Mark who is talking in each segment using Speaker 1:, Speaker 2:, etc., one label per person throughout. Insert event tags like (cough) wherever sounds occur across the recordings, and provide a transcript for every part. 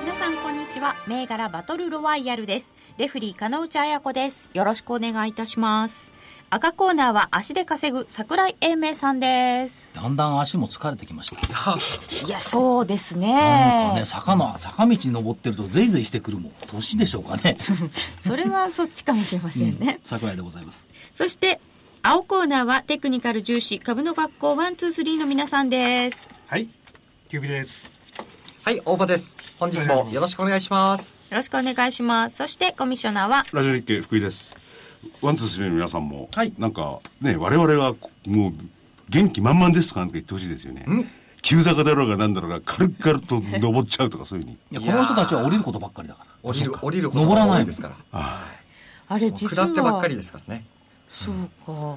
Speaker 1: 皆さんこんにちは銘柄バトルロワイヤルですレフリー金内彩子ですよろしくお願いいたします赤コーナーは足で稼ぐ桜井英明さんです
Speaker 2: だんだん足も疲れてきました
Speaker 1: いやそうです
Speaker 2: なんか
Speaker 1: ね
Speaker 2: ね坂の坂道登ってるとゼイゼイしてくるもん年でしょうかね
Speaker 1: (laughs) それはそっちかもしれませんね、
Speaker 2: 桜井でございます
Speaker 1: そして青コーナーはテクニカル重視株の学校123の皆さんです
Speaker 3: はい、キュービです。
Speaker 4: はい、大場です。本日もよろしくお願いします。
Speaker 1: よろしくお願いしますそしてコミッショナーは
Speaker 5: ラジオ日経福井です。ワンツースリーの皆さんも、
Speaker 3: はい
Speaker 5: なんかね、我々はもう元気満々ですとかなんか言ってほしいですよね。急坂だろうがなんだろうが、軽々と登っちゃうとかそういうふうに。
Speaker 2: いやこの人たちは降りることばっかりだから
Speaker 4: 降りる
Speaker 2: そう、か
Speaker 4: 降りること
Speaker 2: 登ら
Speaker 4: が
Speaker 2: な
Speaker 4: 多
Speaker 2: い
Speaker 4: いですから。
Speaker 1: あれ
Speaker 4: もう下ってばっかりですからね。
Speaker 1: そう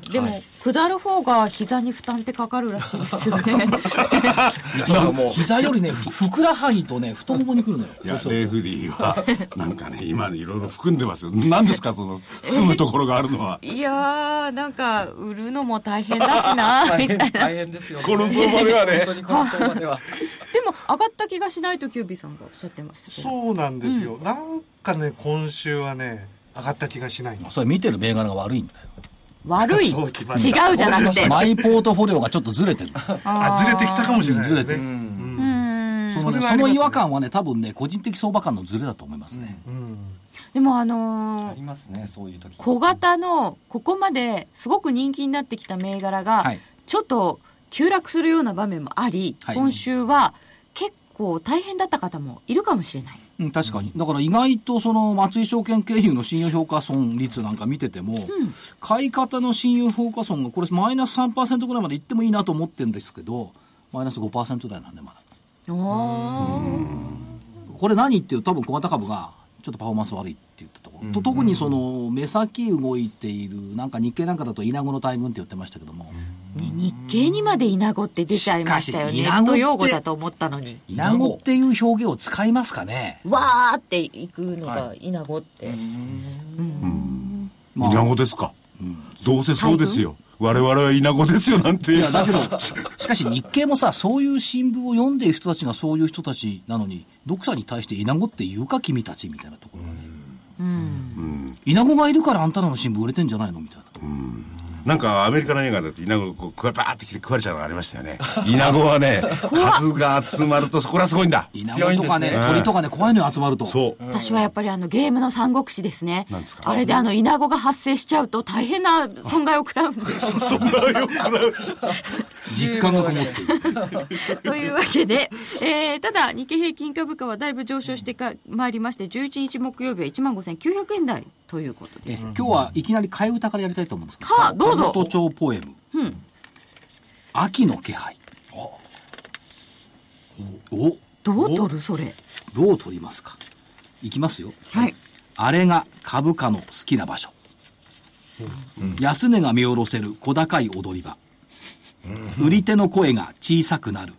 Speaker 1: か。でも、下る方が膝に負担ってかかるらしいですよね。
Speaker 2: いやもう膝よりねふふくらはぎとね太ももにくるのよ
Speaker 5: いや、
Speaker 2: そう
Speaker 5: レフリーは、なんかね、 (laughs) 今ね、いろいろ含んでますよ。何ですか、その、含むところがあるのは。
Speaker 1: いやー、なんか、売るのも大変だ
Speaker 2: (laughs)
Speaker 1: しな、
Speaker 4: 大
Speaker 1: みたい
Speaker 4: (laughs) 変、
Speaker 1: な。
Speaker 4: 大変ですよ、ね。
Speaker 5: この相場ではね
Speaker 4: 本当にこの相場では。
Speaker 1: でも、上がった気がしないとキュービーさんがおっしゃってましたけど。
Speaker 3: そうなんですよ。なんかね、今週はね、上がった気がしない。
Speaker 2: それ見てる銘柄が悪いんだよ
Speaker 1: 悪い。違
Speaker 3: そうう決まりだ
Speaker 1: じゃなくて。
Speaker 2: マイポートフォリオがちょっとずれてる
Speaker 3: あ、ずれてきたかもしれないですね。
Speaker 2: ずれて
Speaker 3: うん
Speaker 2: そのね
Speaker 3: それはあ
Speaker 2: そ
Speaker 3: りますね
Speaker 2: の違和感はね多分ね個人的相場感のズレだと思いますね、
Speaker 3: うん。
Speaker 1: でも、あ
Speaker 4: あ
Speaker 1: の
Speaker 4: り
Speaker 1: ー
Speaker 4: ますね、そういう時。
Speaker 1: 小型の、ここまですごく人気になってきた銘柄が、
Speaker 2: はい
Speaker 1: ちょっと急落するような場面もあり、
Speaker 2: はい
Speaker 1: 今週は結構大変だった方もいるかもしれない。
Speaker 2: うん、確かに。だから意外とその松井証券経由の信用評価損率なんか見てても、買い方の信用評価損がこれマイナス3%ぐらいまでいってもいいなと思ってるんですけど、マイナス5%台なんでまだ。
Speaker 1: おー
Speaker 2: これ何っていう多分小型株がちょっとパフォーマンス悪いって言ったところ、と特にその目先動いているなんか日経なんかだと稲子の大群って言ってましたけども、
Speaker 1: ね、日経にまでイナゴって出ちゃいましたよね。
Speaker 2: しかしイ
Speaker 1: ネ
Speaker 2: ナゴって
Speaker 1: ット用語だと思ったのに。
Speaker 2: 稲子っていう表現を使いますかね。
Speaker 1: わーっていくのがイナゴって。
Speaker 2: まあ
Speaker 5: 稲子ですか。どうせそうですよ。我々は稲子ですよ、なんて。
Speaker 2: いや、だけど、しかし日経もさ、そういう新聞を読んでいる人たちがそういう人たちなのに、読者に対してイナゴって言うか、君たちみたいなところがね。イナゴがいるからあんたらの新聞売れてんじゃないのみたいな。
Speaker 5: なんかアメリカの映画だって稲子こう、こうバーって来て食われちゃうのがありましたよね。 (laughs) 稲子はね、数が集まると、これはすごいんだ。
Speaker 2: イナゴとかね、
Speaker 4: 強いんですね
Speaker 2: 鳥とかね、怖いのに集まると。
Speaker 5: そう。
Speaker 1: 私はやっぱりあのゲームの三国志ですね。
Speaker 5: なんですか
Speaker 1: あれであのイナゴが発生しちゃうと大変な損害を食らうんです。
Speaker 5: そんなよくない。
Speaker 2: 実感がこもっている。
Speaker 1: というわけで、えーただ日経平均株価はだいぶ上昇してかまいりまして、11日木曜日は15,900円台ということで
Speaker 2: え
Speaker 1: す。
Speaker 2: 今日はいきなり替え歌からやりたいと思うんですけど。
Speaker 1: はあどうぞ
Speaker 2: 兜町ポエム。秋の気配。お、
Speaker 1: どう取るそれ。
Speaker 2: どう取りますか。いきますよ。
Speaker 1: はい。
Speaker 2: あれが株価の好きな場所。安値が見下ろせる小高い踊り場。売り手の声が小さくなる。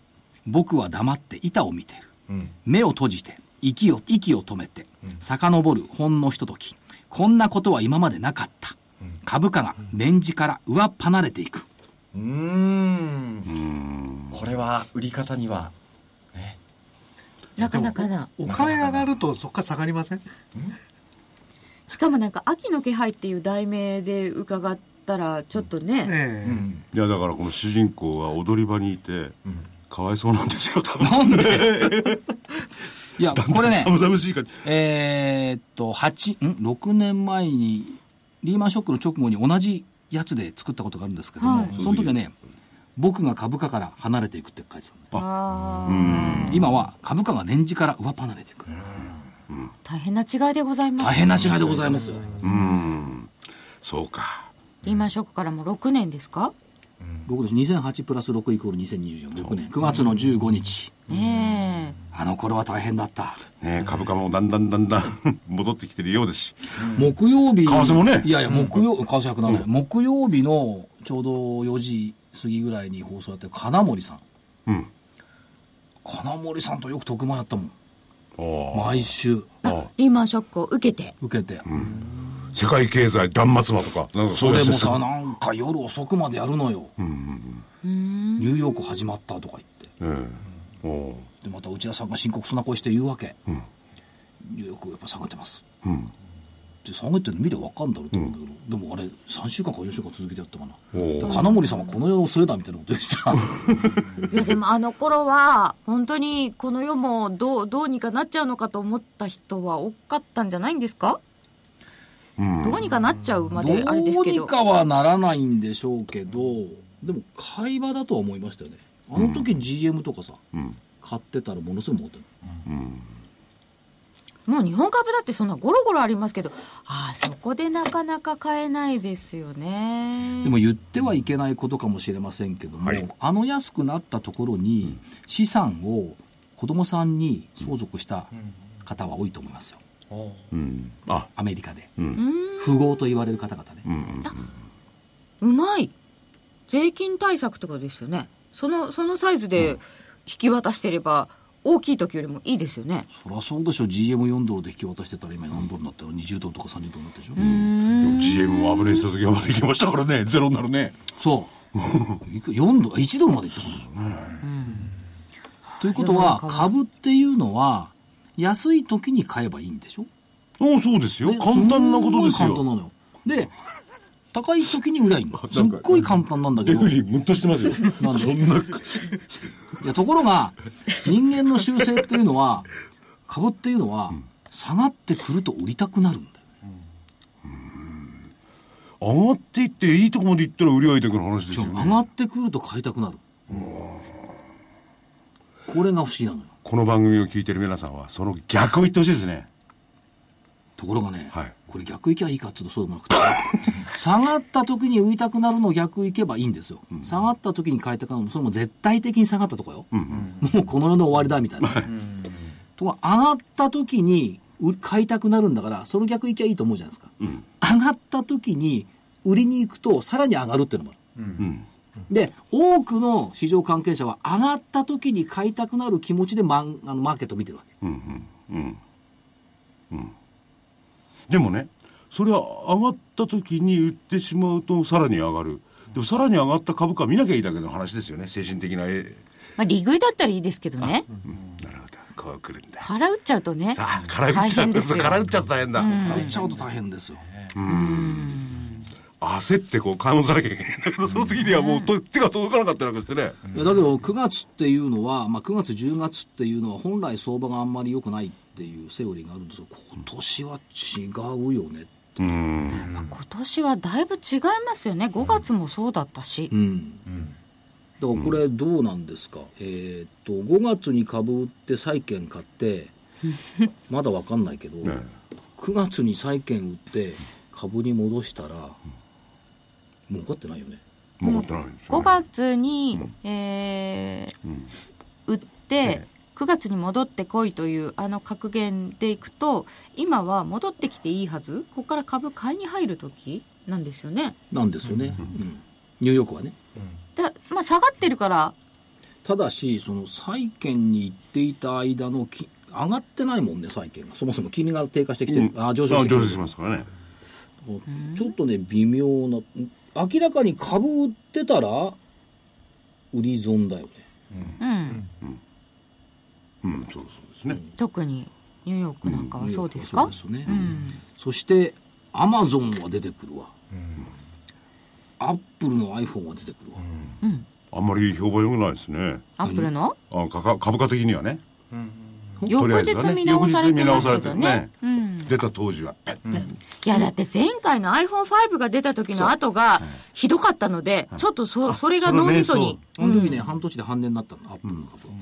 Speaker 2: 僕は黙って板を見てる。目を閉じて、息を、息を止めて、遡るほんのひととき。こんなことは今までなかった。株価がレンジから上っ離れていく。
Speaker 4: うーん。これは、売り方には。
Speaker 1: なかなかな。
Speaker 3: お金上がると、そっから下がりません。
Speaker 1: しかもなんか秋の気配っていう題名で伺ったらちょっとね、
Speaker 3: ええ
Speaker 5: いやだからこの主人公は踊り場にいて、かわいそうなんですよ多分 (laughs)
Speaker 2: いや、これね、
Speaker 5: 寒々しい感じ
Speaker 2: えーっと、8、ん ?6 年前に、リーマンショックの直後に同じやつで作ったことがあるんですけども、
Speaker 1: はい
Speaker 2: その時はね、僕が株価から離れていくって書いてたのね
Speaker 1: あ
Speaker 2: 今は株価が年次から上っ離れていく。
Speaker 1: ー大変な違いでございま
Speaker 2: 大
Speaker 1: す
Speaker 2: 変な違いでございますよ。
Speaker 5: うんそうか
Speaker 1: リーマンショックからも6年ですか
Speaker 2: 6です。2008プラス6イコール2024。6年。9月の15日。
Speaker 1: ねえ
Speaker 2: あの頃は大変だった。
Speaker 5: ねえ株価もだんだんだんだん (laughs) 戻ってきてるようですし、
Speaker 2: 木曜日。
Speaker 5: 為替もね
Speaker 2: いやいや、木曜、為替107円、木曜日のちょうど4時過ぎぐらいに放送やってる金森さん。
Speaker 5: うん。
Speaker 2: 金森さんとよく特番やったもん。
Speaker 5: あ
Speaker 2: 毎週
Speaker 5: あ。
Speaker 1: リーマンショックを受けて
Speaker 2: 受けて。
Speaker 5: 世界経済断末魔とか、なんかそ
Speaker 2: そう
Speaker 5: い
Speaker 2: れ
Speaker 5: う
Speaker 2: も
Speaker 5: 説
Speaker 2: さ、なんか夜遅くまでやるのよ。ニューヨーク始まったとか言って。
Speaker 5: ええお
Speaker 2: でまた内田さんが深刻そうな声して言うわけ、ニューヨークやっぱ下がってます、で下がってるの見りゃ分かんだろうと思うんだけど、でもあれ3週間か4週間続けてやったかな
Speaker 5: お
Speaker 2: で金森さんはこの世のすれだみたいなこと言ってさ
Speaker 1: いやでもあの頃は本当にこの世もどうどうにかなっちゃうのかと思った人は多かったんじゃないんですか、どうにかなっちゃうまであれです
Speaker 2: どう
Speaker 1: けど
Speaker 2: にかはならないんでしょうけどでも買い場だとは思いましたよねあの時 GM とかさ、買ってたらものすごい持ってる
Speaker 1: もう日本株だってそんなゴロゴロありますけどああそこでなかなか買えないですよね
Speaker 2: でも言ってはいけないことかもしれませんけども、あの安くなったところに資産を子供さんに相続した方は多いと思いますよ
Speaker 5: うん。あ、
Speaker 2: アメリカで、
Speaker 1: うん
Speaker 2: 富豪と言われる方々ね、
Speaker 5: うん。
Speaker 1: うまい税金対策とかですよねそのそのサイズで引き渡してれば大きい時よりもいいですよね
Speaker 2: そりゃそうでしょ GM4 ドルで引き渡してたら今何ドルになったの20ドルとか30ドルになったでしょ、
Speaker 5: でも GM を危ねえした時はまで行きましたからね、ゼロになるね。
Speaker 2: そう
Speaker 5: (laughs)
Speaker 2: いく4ドル1ドルまでいったことだよということは株っていうのは安い時に買えばいいんでしょ
Speaker 5: おそうですよ。
Speaker 2: ね
Speaker 5: 簡単なことです
Speaker 2: っごい簡単な
Speaker 5: よ。
Speaker 2: のよで高い時に売りゃ
Speaker 5: (laughs)
Speaker 2: いいんだすっごい簡単なんだけ
Speaker 5: レ
Speaker 2: ど
Speaker 5: フェリームッとしてますよ。
Speaker 2: なんで
Speaker 5: そんない
Speaker 2: やところが人間の習性っていうの
Speaker 5: (laughs)
Speaker 2: は株っていうのは下がってくると売りたくなるんだよ
Speaker 5: 上がっていっていいとこまで行ったら売り上げてくの話ですよ
Speaker 2: 上
Speaker 5: ね。
Speaker 2: がってくると買いたくなるこれが不思議なのよ
Speaker 5: この番組を聞いてる皆さんは、その逆を言ってほしいですね。
Speaker 2: ところがね、
Speaker 5: はい
Speaker 2: これ逆行きゃいいかっていうとそうでもなくて (laughs) 下がった時に浮いたくなるのを逆行けばいいんですよ、下がった時に買いたくなるのそれも絶対的に下がったとこよ、もうこの世の終わりだみたいな、ところが上がった時に売買いたくなるんだからその逆行きゃいいと思うじゃないですか、上がった時に売りに行くとさらに上がるっていうのもある
Speaker 5: うん。
Speaker 2: で多くの市場関係者は上がった時に買いたくなる気持ちでマンあのマーケットを見てるわけ
Speaker 5: うんうんうんうんでもねそれは上がった時に売ってしまうとさらに上がるでもさらに上がった株価見なきゃいいだけの話ですよね精神的なえ
Speaker 1: まあ利食いだったらいいですけどね
Speaker 5: なるほどこう来るんだ
Speaker 1: 空打っちゃうとね
Speaker 5: あ空売っちゃ
Speaker 1: 大
Speaker 5: っ
Speaker 1: 変
Speaker 5: た
Speaker 1: で
Speaker 5: そ
Speaker 1: す
Speaker 5: う
Speaker 1: よ
Speaker 5: 空売っちゃった大変だ、
Speaker 2: 買っちゃうと大変ですよ、
Speaker 5: 焦ってこう買い物さなきゃいけないんだけどその時にはもうと手が届かなかったりなんかしてね、
Speaker 2: いやだけど9月っていうのは、まあ、9月10月っていうのは本来相場があんまり良くないっていうセオリーがあるんですが今年は違うよね
Speaker 1: 今年はだいぶ違いますよね5月もそうだったし、
Speaker 2: うん、だからこれどうなんですか、えーっと5月に株売って債券買って (laughs) まだ分かんないけど、
Speaker 5: ね
Speaker 2: 9月に債券売って株に戻したら儲かってないよね
Speaker 5: もう持ってないんですよ、
Speaker 1: 5
Speaker 5: ね、
Speaker 1: 月に、えー売って9月に戻ってこいというあの格言でいくと今は戻ってきていいはずここから株買いに入る時なんですよね
Speaker 2: なんですよね、うんニューヨークはね
Speaker 1: だ、まあ、下がってるから
Speaker 2: ただしその債券に行っていた間のき上がってないもんね債券がそもそも金利が低下してきて、
Speaker 5: うん
Speaker 2: あ上昇
Speaker 5: あ
Speaker 2: してきて
Speaker 5: 上
Speaker 2: る
Speaker 5: 手しますからね
Speaker 2: ちょっとね微妙な明らかに株売ってたら売り損だよね
Speaker 1: うん、
Speaker 5: うんそうそうですね、
Speaker 1: 特にニューヨークなんかはそうです
Speaker 2: そ
Speaker 1: か
Speaker 2: うですよね、
Speaker 1: うん
Speaker 2: そしてアマゾンは出てくるわ、アップルの iPhone は出てくるわ、
Speaker 5: あんまり評判良くないですね
Speaker 1: アップルの
Speaker 5: あかか株価的にはねと
Speaker 1: 翌
Speaker 5: りあえず
Speaker 1: 日
Speaker 5: はね
Speaker 1: 見直されてます
Speaker 5: 翌日見
Speaker 1: けど
Speaker 5: 直され
Speaker 1: ね
Speaker 5: てるね出た当時は、ペッ
Speaker 1: いやだって前回の iPhone5 が出た時の後がひどかったので、ちょっとそそれが
Speaker 5: その
Speaker 1: 脳み
Speaker 5: 瞑
Speaker 1: そ
Speaker 5: 想
Speaker 1: に、
Speaker 2: あの時ね、半年で半値になったのアップルの株は、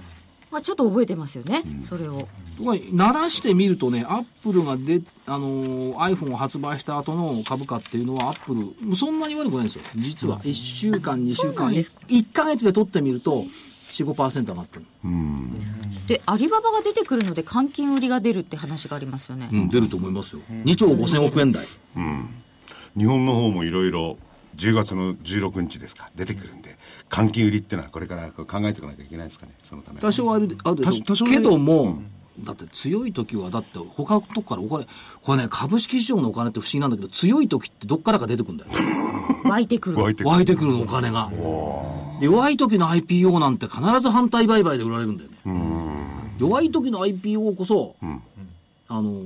Speaker 1: まあ、ちょっと覚えてますよね、それを。
Speaker 2: ところが鳴らしてみるとね、アップルがで、あのー iPhone を発売した後の株価っていうのは、アップル、そんなに悪くないんですよ。実は、1週間、2週間、1ヶ月で取ってみると、 45%上がってる、
Speaker 1: でアリババが出てくるので換金売りが出るって話がありますよね、
Speaker 2: うん、出ると思いますよ、2兆5000億円台
Speaker 5: 日本の方もいろいろ10月の16日ですか出てくるんで換金売りってのはこれから考えていかなきゃいけないですかねそのために
Speaker 2: 多少はあるあるでしょう
Speaker 5: 多少はね
Speaker 2: けども、だって強い時はだって他のとこからお金これね株式市場のお金って不思議なんだけど強い時ってどっからか出てくるんだよ
Speaker 1: 湧いてくる
Speaker 5: 湧いてく
Speaker 2: 湧い
Speaker 5: る
Speaker 2: てくるのお金がで弱い時の IPO なんて必ず反対売買で売られるんだよね弱い時の IPO こそ、あの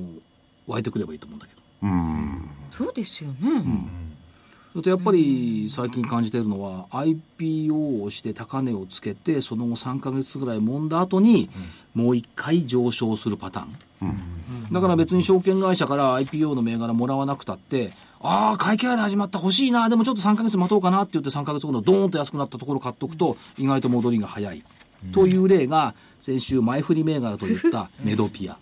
Speaker 2: 湧いてくればいいと思うんだけど
Speaker 1: そうですよね、
Speaker 2: それとやっぱり最近感じているのは IPO をして高値をつけてその後3か月ぐらい揉んだ後にもう一回上昇するパターン、だから別に証券会社から IPO の銘柄もらわなくたってああ会計で始まった欲しいなでもちょっと3か月待とうかなって言って3か月後のドーンと安くなったところ買っとくと意外と戻りが早い、という例が先週前振り銘柄と言ったメドピア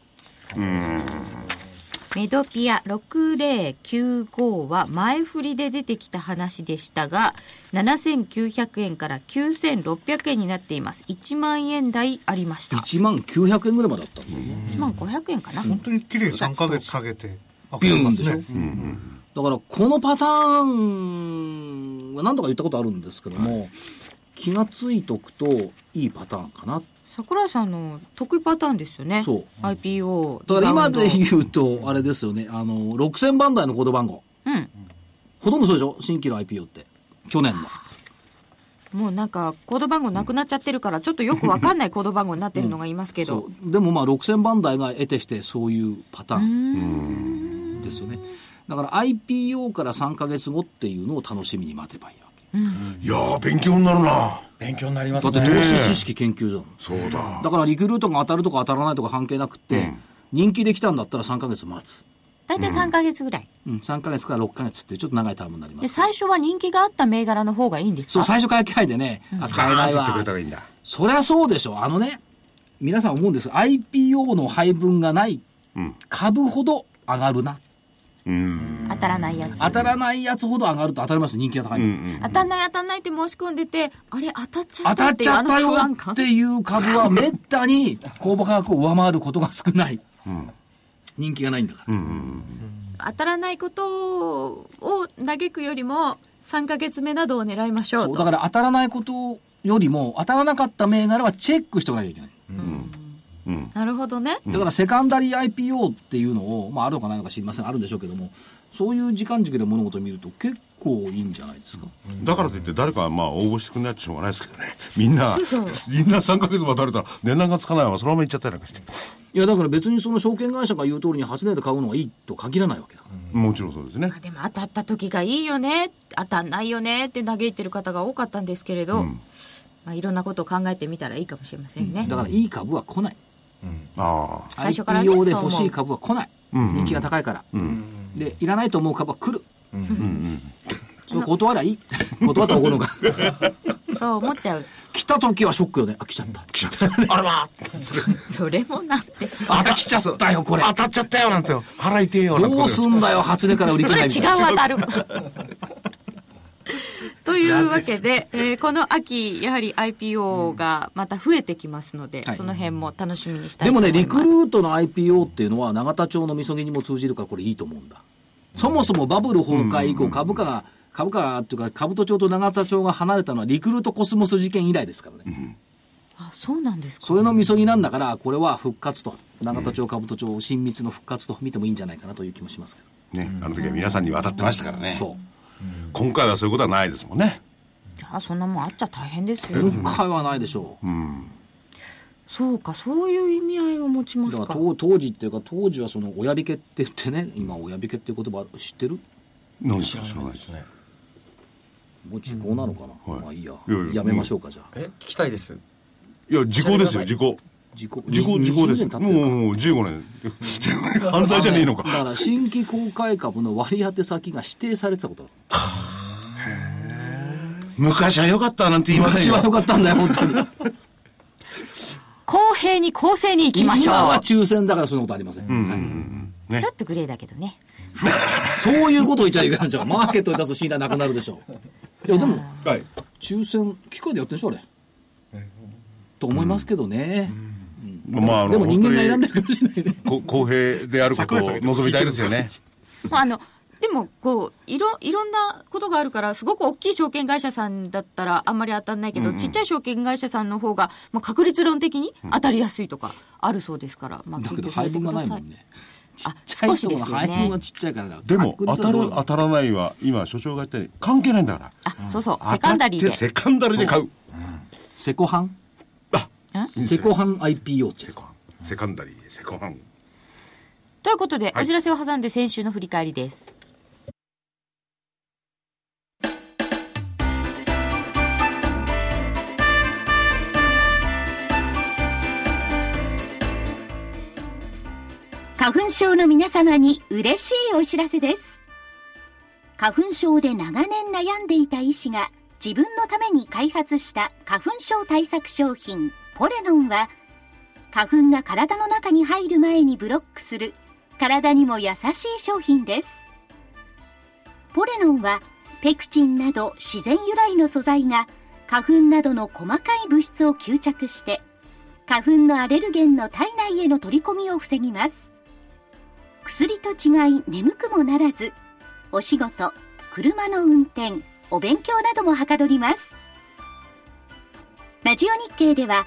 Speaker 1: メドピア6095は前振りで出てきた話でしたが7900円から9600円になっています1万円台ありました
Speaker 2: 1万900円ぐらいまでだったんだよね
Speaker 1: 1万500円かな、
Speaker 3: 本当に綺麗に3ヶ月かけて上
Speaker 2: ビ
Speaker 3: が
Speaker 2: ュ
Speaker 3: り
Speaker 2: ー
Speaker 3: ま
Speaker 2: ン
Speaker 3: す
Speaker 2: でしょ、
Speaker 3: ね。
Speaker 2: だからこのパターンは何度か言ったことあるんですけども、気がついとくといいパターンかな
Speaker 1: 桜井さんの得意パターンですよね
Speaker 2: そう
Speaker 1: IPO
Speaker 2: だから今で
Speaker 1: リ
Speaker 2: 言うとあれですよねあの6000番台のコード番号
Speaker 1: バウンド
Speaker 2: ほとんどそうでしょ新規の IPO って去年の
Speaker 1: うんもうなんかコード番号なくなっちゃってるからちょっとよくわかんないコード番号になってるのがいますけど、
Speaker 2: そうでもまあ6000番台が得てしてそういうパターンですよねだから IPO から3ヶ月後っていうのを楽しみに待てばいいわけ
Speaker 5: いやー勉強になるな
Speaker 4: 勉強になります
Speaker 2: だっ
Speaker 4: ね
Speaker 2: て投資知識研究所だもん
Speaker 5: そうだ
Speaker 2: だからリクルートが当たるとか当たらないとか関係なくって、人気できたんだったら3ヶ月待つ。
Speaker 1: 大体3ヶ月ぐらい、
Speaker 2: うん、3ヶ月から6ヶ月っていうちょっと長いタームになりま。
Speaker 1: です最初は人気があった銘柄の方がいいんです
Speaker 2: そ
Speaker 1: か
Speaker 2: う、最初から気配でね、あ、買え
Speaker 5: あーっ
Speaker 2: な
Speaker 5: て
Speaker 2: い
Speaker 5: 言ってくれ
Speaker 2: わ
Speaker 5: た。らいいんだ
Speaker 2: そりゃそうでしょ。あのね、皆さん思うんです。IPO の配分がない株ほど上がるな。
Speaker 5: うん
Speaker 1: 当たらないやつ
Speaker 2: 当たらないやつほど上がると当たります人気が高い。
Speaker 1: 当たんない当たんないって申し込んでてあれ当たっちゃ
Speaker 2: 当
Speaker 1: った
Speaker 2: た
Speaker 1: っ
Speaker 2: ってち
Speaker 1: いう
Speaker 2: ゃ
Speaker 1: あ
Speaker 2: っ
Speaker 1: の
Speaker 2: たよ
Speaker 1: 不安感
Speaker 2: っていう株はめったに公募価格を上回ることが少ない。人気がないんだから。
Speaker 1: 当たらないことを嘆くよりも3ヶ月目などを狙いましょう
Speaker 2: そう
Speaker 1: と
Speaker 2: だから当たらないことよりも当たらなかった銘柄はチェックしておかなきゃいけない、
Speaker 1: なるほどね、
Speaker 2: だからセカンダリー IPO っていうのを、まあ、あるのかないのか知りませんあるんでしょうけどもそういう時間軸で物事を見ると結構いいんじゃないですか、
Speaker 5: だからといって誰かまあ応募してくれないってしょうがないですけどね (laughs) みんな
Speaker 1: そうそう
Speaker 5: みんな3ヶ月待たれたら値段がつかないわそのまま行っちゃったりなんかして
Speaker 2: いやだから別にその証券会社が言う通りに初値で買うのがいいと限らないわけだから、
Speaker 5: もちろんそうですね
Speaker 1: まあ、でも当たった時がいいよね当たんないよねって嘆いてる方が多かったんですけれど、まあ、いろんなことを考えてみたらいいかもしれませんね、
Speaker 2: だからいい株は来ない
Speaker 5: ああ
Speaker 1: 最初からね
Speaker 2: IPO で
Speaker 1: そう思う
Speaker 2: 欲しい株は来ない、人気が高いから、でいらないと思う株は来る、それ断りゃいい断ったら怒るのか
Speaker 1: そう思っちゃう
Speaker 2: 来た時はショックよねあ来ちゃった来ちゃった
Speaker 4: あらま
Speaker 1: それもなん
Speaker 2: (laughs)
Speaker 1: でしょ
Speaker 2: あ来ちゃったよこれ
Speaker 4: 当たっちゃったよなんて払いてえよなんて
Speaker 2: ど
Speaker 4: こ
Speaker 2: う
Speaker 4: とです
Speaker 2: んだよ初値から売り
Speaker 1: うそ
Speaker 2: 切
Speaker 1: れ
Speaker 2: れ
Speaker 1: 違う
Speaker 2: みたいな
Speaker 1: 当たる (laughs) というわけで、えーこの秋やはり IPO がまた増えてきますので、
Speaker 2: はい
Speaker 1: その辺も楽しみにしたい
Speaker 2: で
Speaker 1: と
Speaker 2: も
Speaker 1: 思
Speaker 2: ね
Speaker 1: います
Speaker 2: リクルートの IPO っていうのは永田町のみそぎにも通じるからこれいいと思うんだそもそもバブル崩壊以降株価が株価がっていうか株都町と永田町が離れたのはリクルートコスモス事件以来ですからね
Speaker 1: あそうなんですか
Speaker 2: それのみそぎなんだからこれは復活と永田町株都町親密の復活と見てもいいんじゃないかなという気もしますけ
Speaker 5: ねあの時は皆さんに渡ってましたからね
Speaker 2: どそう
Speaker 5: 今回はそういうことはないですもんね
Speaker 1: じゃあそんなもんあっちゃ大変ですよ、
Speaker 2: 今回はないでしょう
Speaker 1: そうかそういう意味合いを持ちま
Speaker 2: だ
Speaker 1: す
Speaker 2: から
Speaker 1: か
Speaker 2: 当当時っていうか当時はその親引けって言ってね今親引けっていう言葉ある知ってる
Speaker 5: 何ですか知らない
Speaker 4: で
Speaker 5: ですす
Speaker 4: ね
Speaker 2: もう時効なのかな、まあいいや
Speaker 5: いやいや
Speaker 2: やめましょうかじゃあ
Speaker 4: え聞きたいです
Speaker 5: いや時効ですよ時効
Speaker 2: 時効
Speaker 5: 時効時効です
Speaker 2: 20年経
Speaker 5: も
Speaker 2: っ
Speaker 5: う
Speaker 2: てるか
Speaker 5: もう15年 (laughs) 犯罪じゃねえのか
Speaker 2: だから新規公開株の割り当て先が指定されてたことある
Speaker 5: 昔は良かったなんて言いません
Speaker 2: 昔は良
Speaker 5: よ
Speaker 2: かったんだよ本当に
Speaker 1: 公平に公正にいきましょ
Speaker 2: (laughs)
Speaker 1: う
Speaker 2: 今は抽選だからそんなことありません、はい
Speaker 5: ね
Speaker 1: ちょっとグレーだけどね
Speaker 2: そういうこと言っちゃいけないじゃんマーケットに出すと信頼な
Speaker 5: (laughs)
Speaker 2: くなるでしょいやでも
Speaker 5: はい
Speaker 2: 抽選機械でやってんでしょあれと思いますけどね。
Speaker 5: まあ、あの
Speaker 2: でも人間が選んで
Speaker 5: 本
Speaker 2: るかもしれないね。
Speaker 5: 当にこ公平であることを
Speaker 3: 桜井さんが言って
Speaker 5: 望みたいですよね。
Speaker 1: まああのでもこういろいろんなことがあるからすごく大きい証券会社さんだったらあんまり当たんないけど、ちっちゃい証券会社さんの方が、まあ、確率論的に当たりやすいとかあるそうですから、まあ、
Speaker 2: だけ
Speaker 1: 研
Speaker 2: ど
Speaker 1: 究さ
Speaker 2: 配
Speaker 1: れて
Speaker 2: 分
Speaker 1: く
Speaker 2: がない
Speaker 1: だ
Speaker 2: も
Speaker 1: さい
Speaker 2: んね。ちっちゃいところの配分はちっちゃいからだ。
Speaker 5: でも
Speaker 2: 確
Speaker 5: 当
Speaker 2: 率は
Speaker 5: た
Speaker 2: ど
Speaker 5: る
Speaker 2: うだ
Speaker 5: 当たらないは今所長が言ったように関係ないんだから。
Speaker 1: あそうそう
Speaker 5: 当た
Speaker 1: セカンダリーで
Speaker 5: ってセカンダリーで買う。
Speaker 2: セコハンセコハン IPO って。
Speaker 5: セカンダリーセコハン。
Speaker 1: ということで、
Speaker 5: はい
Speaker 1: お知らせを挟んで先週の振り返りです
Speaker 6: 花粉症の皆様に嬉しいお知らせです。花粉症で長年悩んでいた医師が自分のために開発した花粉症対策商品ポレノンは花粉が体の中に入る前にブロックする体にも優しい商品です。ポレノンはペクチンなど自然由来の素材が花粉などの細かい物質を吸着して花粉のアレルゲンの体内への取り込みを防ぎます薬と違い眠くもならずお仕事車の運転お勉強などもはかどりますラジオ日経では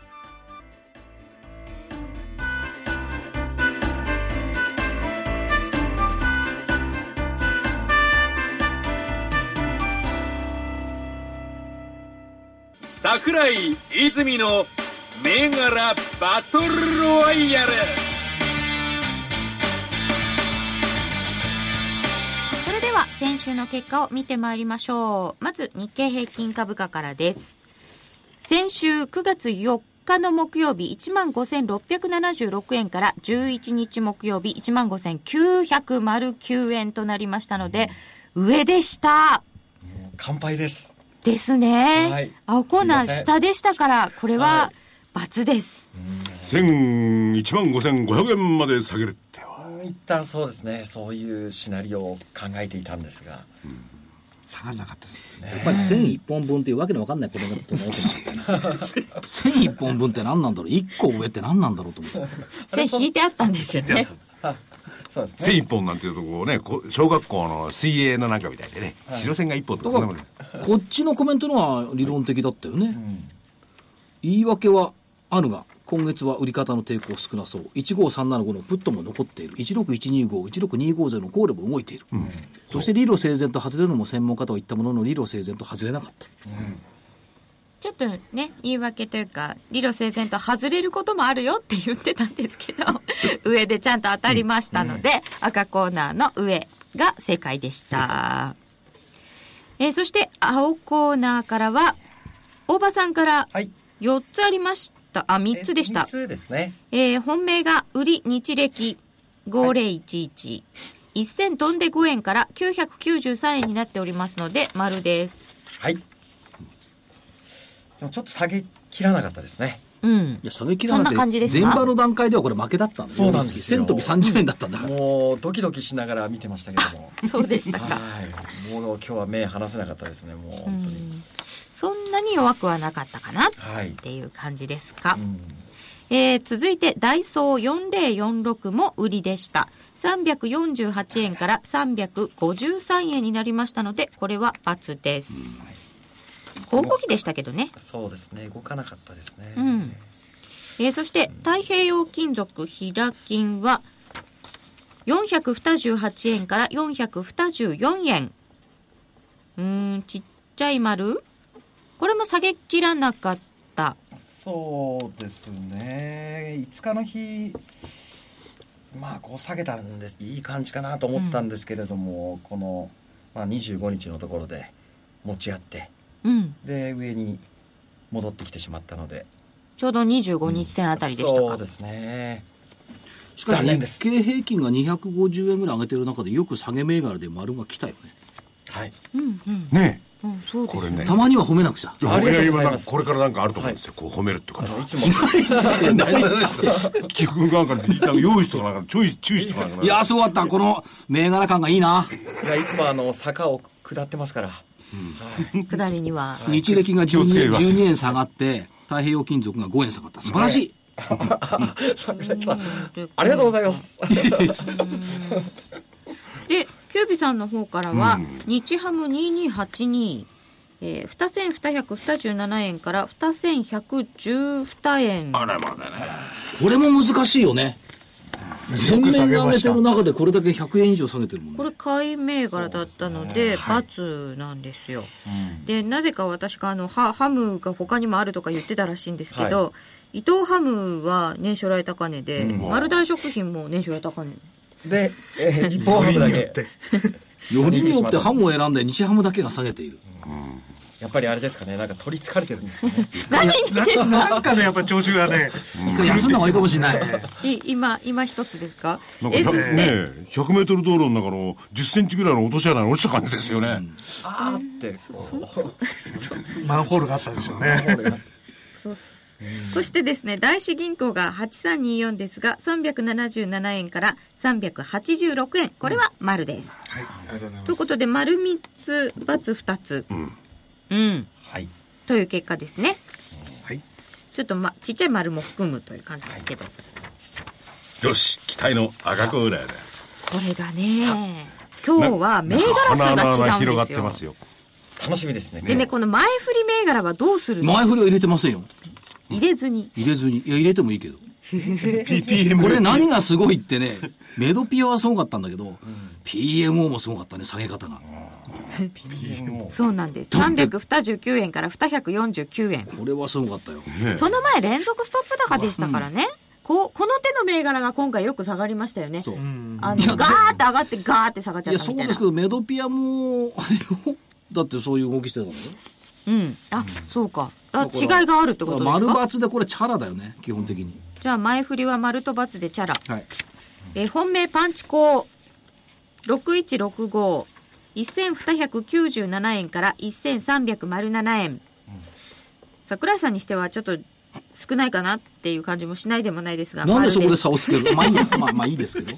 Speaker 7: 桜井泉の銘柄バトルロワイヤル
Speaker 1: それでは先週の結果を見てまいりましょうまず日経平均株価からです先週9月4日の木曜日1万5676円から11日木曜日1万5909円となりましたので上でした
Speaker 4: 乾杯です。
Speaker 1: ですね、
Speaker 4: はい
Speaker 1: 青コーナ
Speaker 4: すい
Speaker 1: ー
Speaker 4: ません
Speaker 1: 下でしたからこれは
Speaker 4: は
Speaker 1: ×です、
Speaker 5: 千一万五千五百円まで下げるってよ。
Speaker 4: 一旦そうですね、そういうシナリオを考えていたんですが、
Speaker 3: 下がんなかったです
Speaker 2: やっぱり線一本分っていうわけのわかんないことだと思うけど線一本分って何なんだろう一個上って何なんだろうと思って
Speaker 1: 線引いてあったんですよね
Speaker 4: そうですね。
Speaker 5: 線一本なんていうとこをね、こ小学校の水泳のなんかみたいでね、白線が一本とかそんなもんね。
Speaker 2: こっちのコメントのは理論的だったよね、言い訳はあるが今月は売り方の抵抗少なそう15375のプットも残っている1612516250のコールも動いている、そして理路整然と外れるのも専門家とは言ったものの理路整然と外れなかった
Speaker 1: ちょっとね言い訳というか理路整然と外れることもあるよって言ってたんですけ
Speaker 4: (laughs)
Speaker 1: ど上でちゃんと当たりましたので、赤コーナーの上が正解でした、えーそして青コーナーからは大場さんから
Speaker 4: はい
Speaker 1: 4つありましたあ3つでした
Speaker 4: 3、つですね。
Speaker 1: えー本命が売り日暦5011、一銭飛んで5円から993円になっておりますので丸です
Speaker 4: はい。でもちょっと下げきらなかったですね。 (laughs)
Speaker 1: うん
Speaker 2: いや下げ切らな
Speaker 1: そんな感
Speaker 2: く
Speaker 1: じ
Speaker 2: て
Speaker 1: です
Speaker 2: 前
Speaker 1: か
Speaker 2: 場の段階ではこれ負けだったんだ
Speaker 4: そうなんですよ
Speaker 2: 1000飛び30円だったんだから
Speaker 4: もうドキドキしながら見てましたけども。
Speaker 1: そうでしたか
Speaker 4: はい。もう今日は目離せなかったですね、もう本当に。
Speaker 1: そんなに弱くはなかったかなっ
Speaker 4: はい。
Speaker 1: ていう感じですか。
Speaker 4: うん
Speaker 1: えー続いてダイソー4046も売りでした。348円から353円になりましたので、これは×です。広告費でしたけどね。
Speaker 4: そうですね、動かなかったですね。
Speaker 1: うんえーそして太平洋金属平金は428円から424円うーんちっちゃい丸これも下げきらなかった
Speaker 4: そうですね5日の日まあこう下げたんですいい感じかなと思ったんですけれども、この、まあ、25日のところで持ち合って
Speaker 1: うん
Speaker 4: で上に戻ってきてしまったので
Speaker 1: ちょうど25日線あたりでした
Speaker 4: そう
Speaker 1: か。
Speaker 4: ですね。
Speaker 2: しかし
Speaker 4: 残念で
Speaker 2: 日
Speaker 4: す
Speaker 2: 経平均が250円ぐらい上げてる中でよく下げ銘柄で丸が来たよね
Speaker 4: はい。
Speaker 5: ねえ
Speaker 1: うん、そうです
Speaker 5: これね
Speaker 2: たまには褒めなくちゃ
Speaker 5: いや
Speaker 4: ありがとうございます
Speaker 5: ややなんかこれからなんかあると思うんですよ、こう褒めるっていうか (laughs) さ
Speaker 4: いつも
Speaker 5: 企画なんかなんか用意しとかなから注意注意しとかなから
Speaker 2: いやーすごかったこの銘柄感がいいな、
Speaker 4: いやいつもあの坂を下ってますから。はい。
Speaker 1: 下りには。
Speaker 2: 日歴が
Speaker 5: 気をつけて
Speaker 2: 12円
Speaker 5: ください
Speaker 2: ,12 円下がって太平洋金属が5円下がった素晴らしい、
Speaker 4: 桜井さん、 (laughs) ありがとうございます。
Speaker 1: で、キュービさんの方からは、日ハム2282、えー、2227円から2112円。
Speaker 5: あらまだね
Speaker 2: これも難しいよね全面
Speaker 3: よく下げ
Speaker 2: 上
Speaker 3: ま
Speaker 2: げ
Speaker 3: してた
Speaker 2: る中でこれだけ100円以上下げてるもんね
Speaker 1: これ買い銘柄だったので×なんですよ、でなぜか私があのハハムが他にもあるとか言ってたらしいんですけど、伊藤ハムは年初来高値で、丸大食品も年初来高値
Speaker 4: で、えー、一方半分だけ。
Speaker 2: よりによってハムを選んで日ハムだけが下げている
Speaker 4: やっぱりあれですかね、なんか取りつかれてるんですかね。
Speaker 1: 何にですか
Speaker 3: なんかね、やっぱ調子がね、
Speaker 2: 一回休んだ方がいいかもしれない
Speaker 1: い今今一つですか
Speaker 5: なんか
Speaker 1: えそ
Speaker 5: 100
Speaker 1: して、
Speaker 5: ねえ100メートル道路の中の10センチぐらいの落とし穴に落ちた感じですよね、
Speaker 4: あーって。
Speaker 3: マンホールがあったんでしょうね。
Speaker 1: そうっすそしてですね大志銀行が8324ですが377円から386円これは丸です、
Speaker 3: はい、ありがとうござい
Speaker 1: とい
Speaker 3: ま
Speaker 1: う
Speaker 3: す
Speaker 1: こ。とで丸3つ×二つうん
Speaker 4: はい。
Speaker 1: という結果ですね。
Speaker 3: はい。
Speaker 1: ちょっとまちっちゃい丸も含むという感じですけど、
Speaker 5: よし期待の赤コーナーだ
Speaker 1: これがね、今日は銘柄
Speaker 5: なん
Speaker 1: 数
Speaker 5: か
Speaker 1: が違うん
Speaker 5: 広がって
Speaker 1: ですよ
Speaker 5: ま。すよ
Speaker 4: 楽しみですね。
Speaker 1: でね、この前振り銘柄はどうするの？
Speaker 2: 前振りは入れてませんよ
Speaker 1: 入れずに。
Speaker 2: 入れずにいや入れてもいいけど
Speaker 5: PPM
Speaker 2: これ何がすごいってねメドピアはすごかったんだけど、PMO もすごかったね下げ方が
Speaker 1: そうなんです。三百二十九円から二百四十九円。
Speaker 2: これはすごかったよ
Speaker 1: その前連続ストップ高でしたからね。こうこの手の銘柄が今回よく下がりましたよね。
Speaker 2: そう
Speaker 1: あのガーって上がってガーって下がっちゃ
Speaker 2: いや
Speaker 1: った
Speaker 2: そ
Speaker 1: み
Speaker 2: う
Speaker 1: たい
Speaker 2: で
Speaker 1: な
Speaker 2: すけ。どメドピアも (laughs) あれをだってそういう動きしてたのね
Speaker 1: うん。あ、そうか。あ
Speaker 2: だから
Speaker 1: 違いがあるってことです
Speaker 2: だから
Speaker 1: か
Speaker 2: 丸？抜でこれチャラだよね基本的に、
Speaker 1: じゃあ前振りは丸と×でチャラ。
Speaker 2: はい
Speaker 1: えー本命パンチコ6165 1297円から1307円桜井さんにしてはちょっと少ないかなっていう感じもしないでもないですが
Speaker 2: なんでそこ
Speaker 1: ま
Speaker 2: で
Speaker 1: る
Speaker 2: 差をつけるまあいいやまあまあいいですけど
Speaker 5: ちょ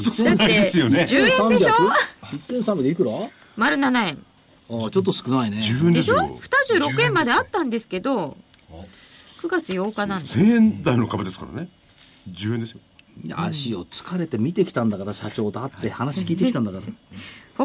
Speaker 5: っと少ないですよね
Speaker 1: だって10円でしょ
Speaker 2: ?1300 でいくらあ
Speaker 1: 丸7円
Speaker 2: あちょっと少ないね
Speaker 5: 10円
Speaker 1: で
Speaker 5: で
Speaker 1: し
Speaker 5: す
Speaker 1: ょ
Speaker 5: よ
Speaker 1: 26円まであったんですけど9月8日なんです
Speaker 5: 1000円台の壁ですからね10円ですよ
Speaker 2: 足を疲れて見てきたんだから社長だって話聞いてきたんだから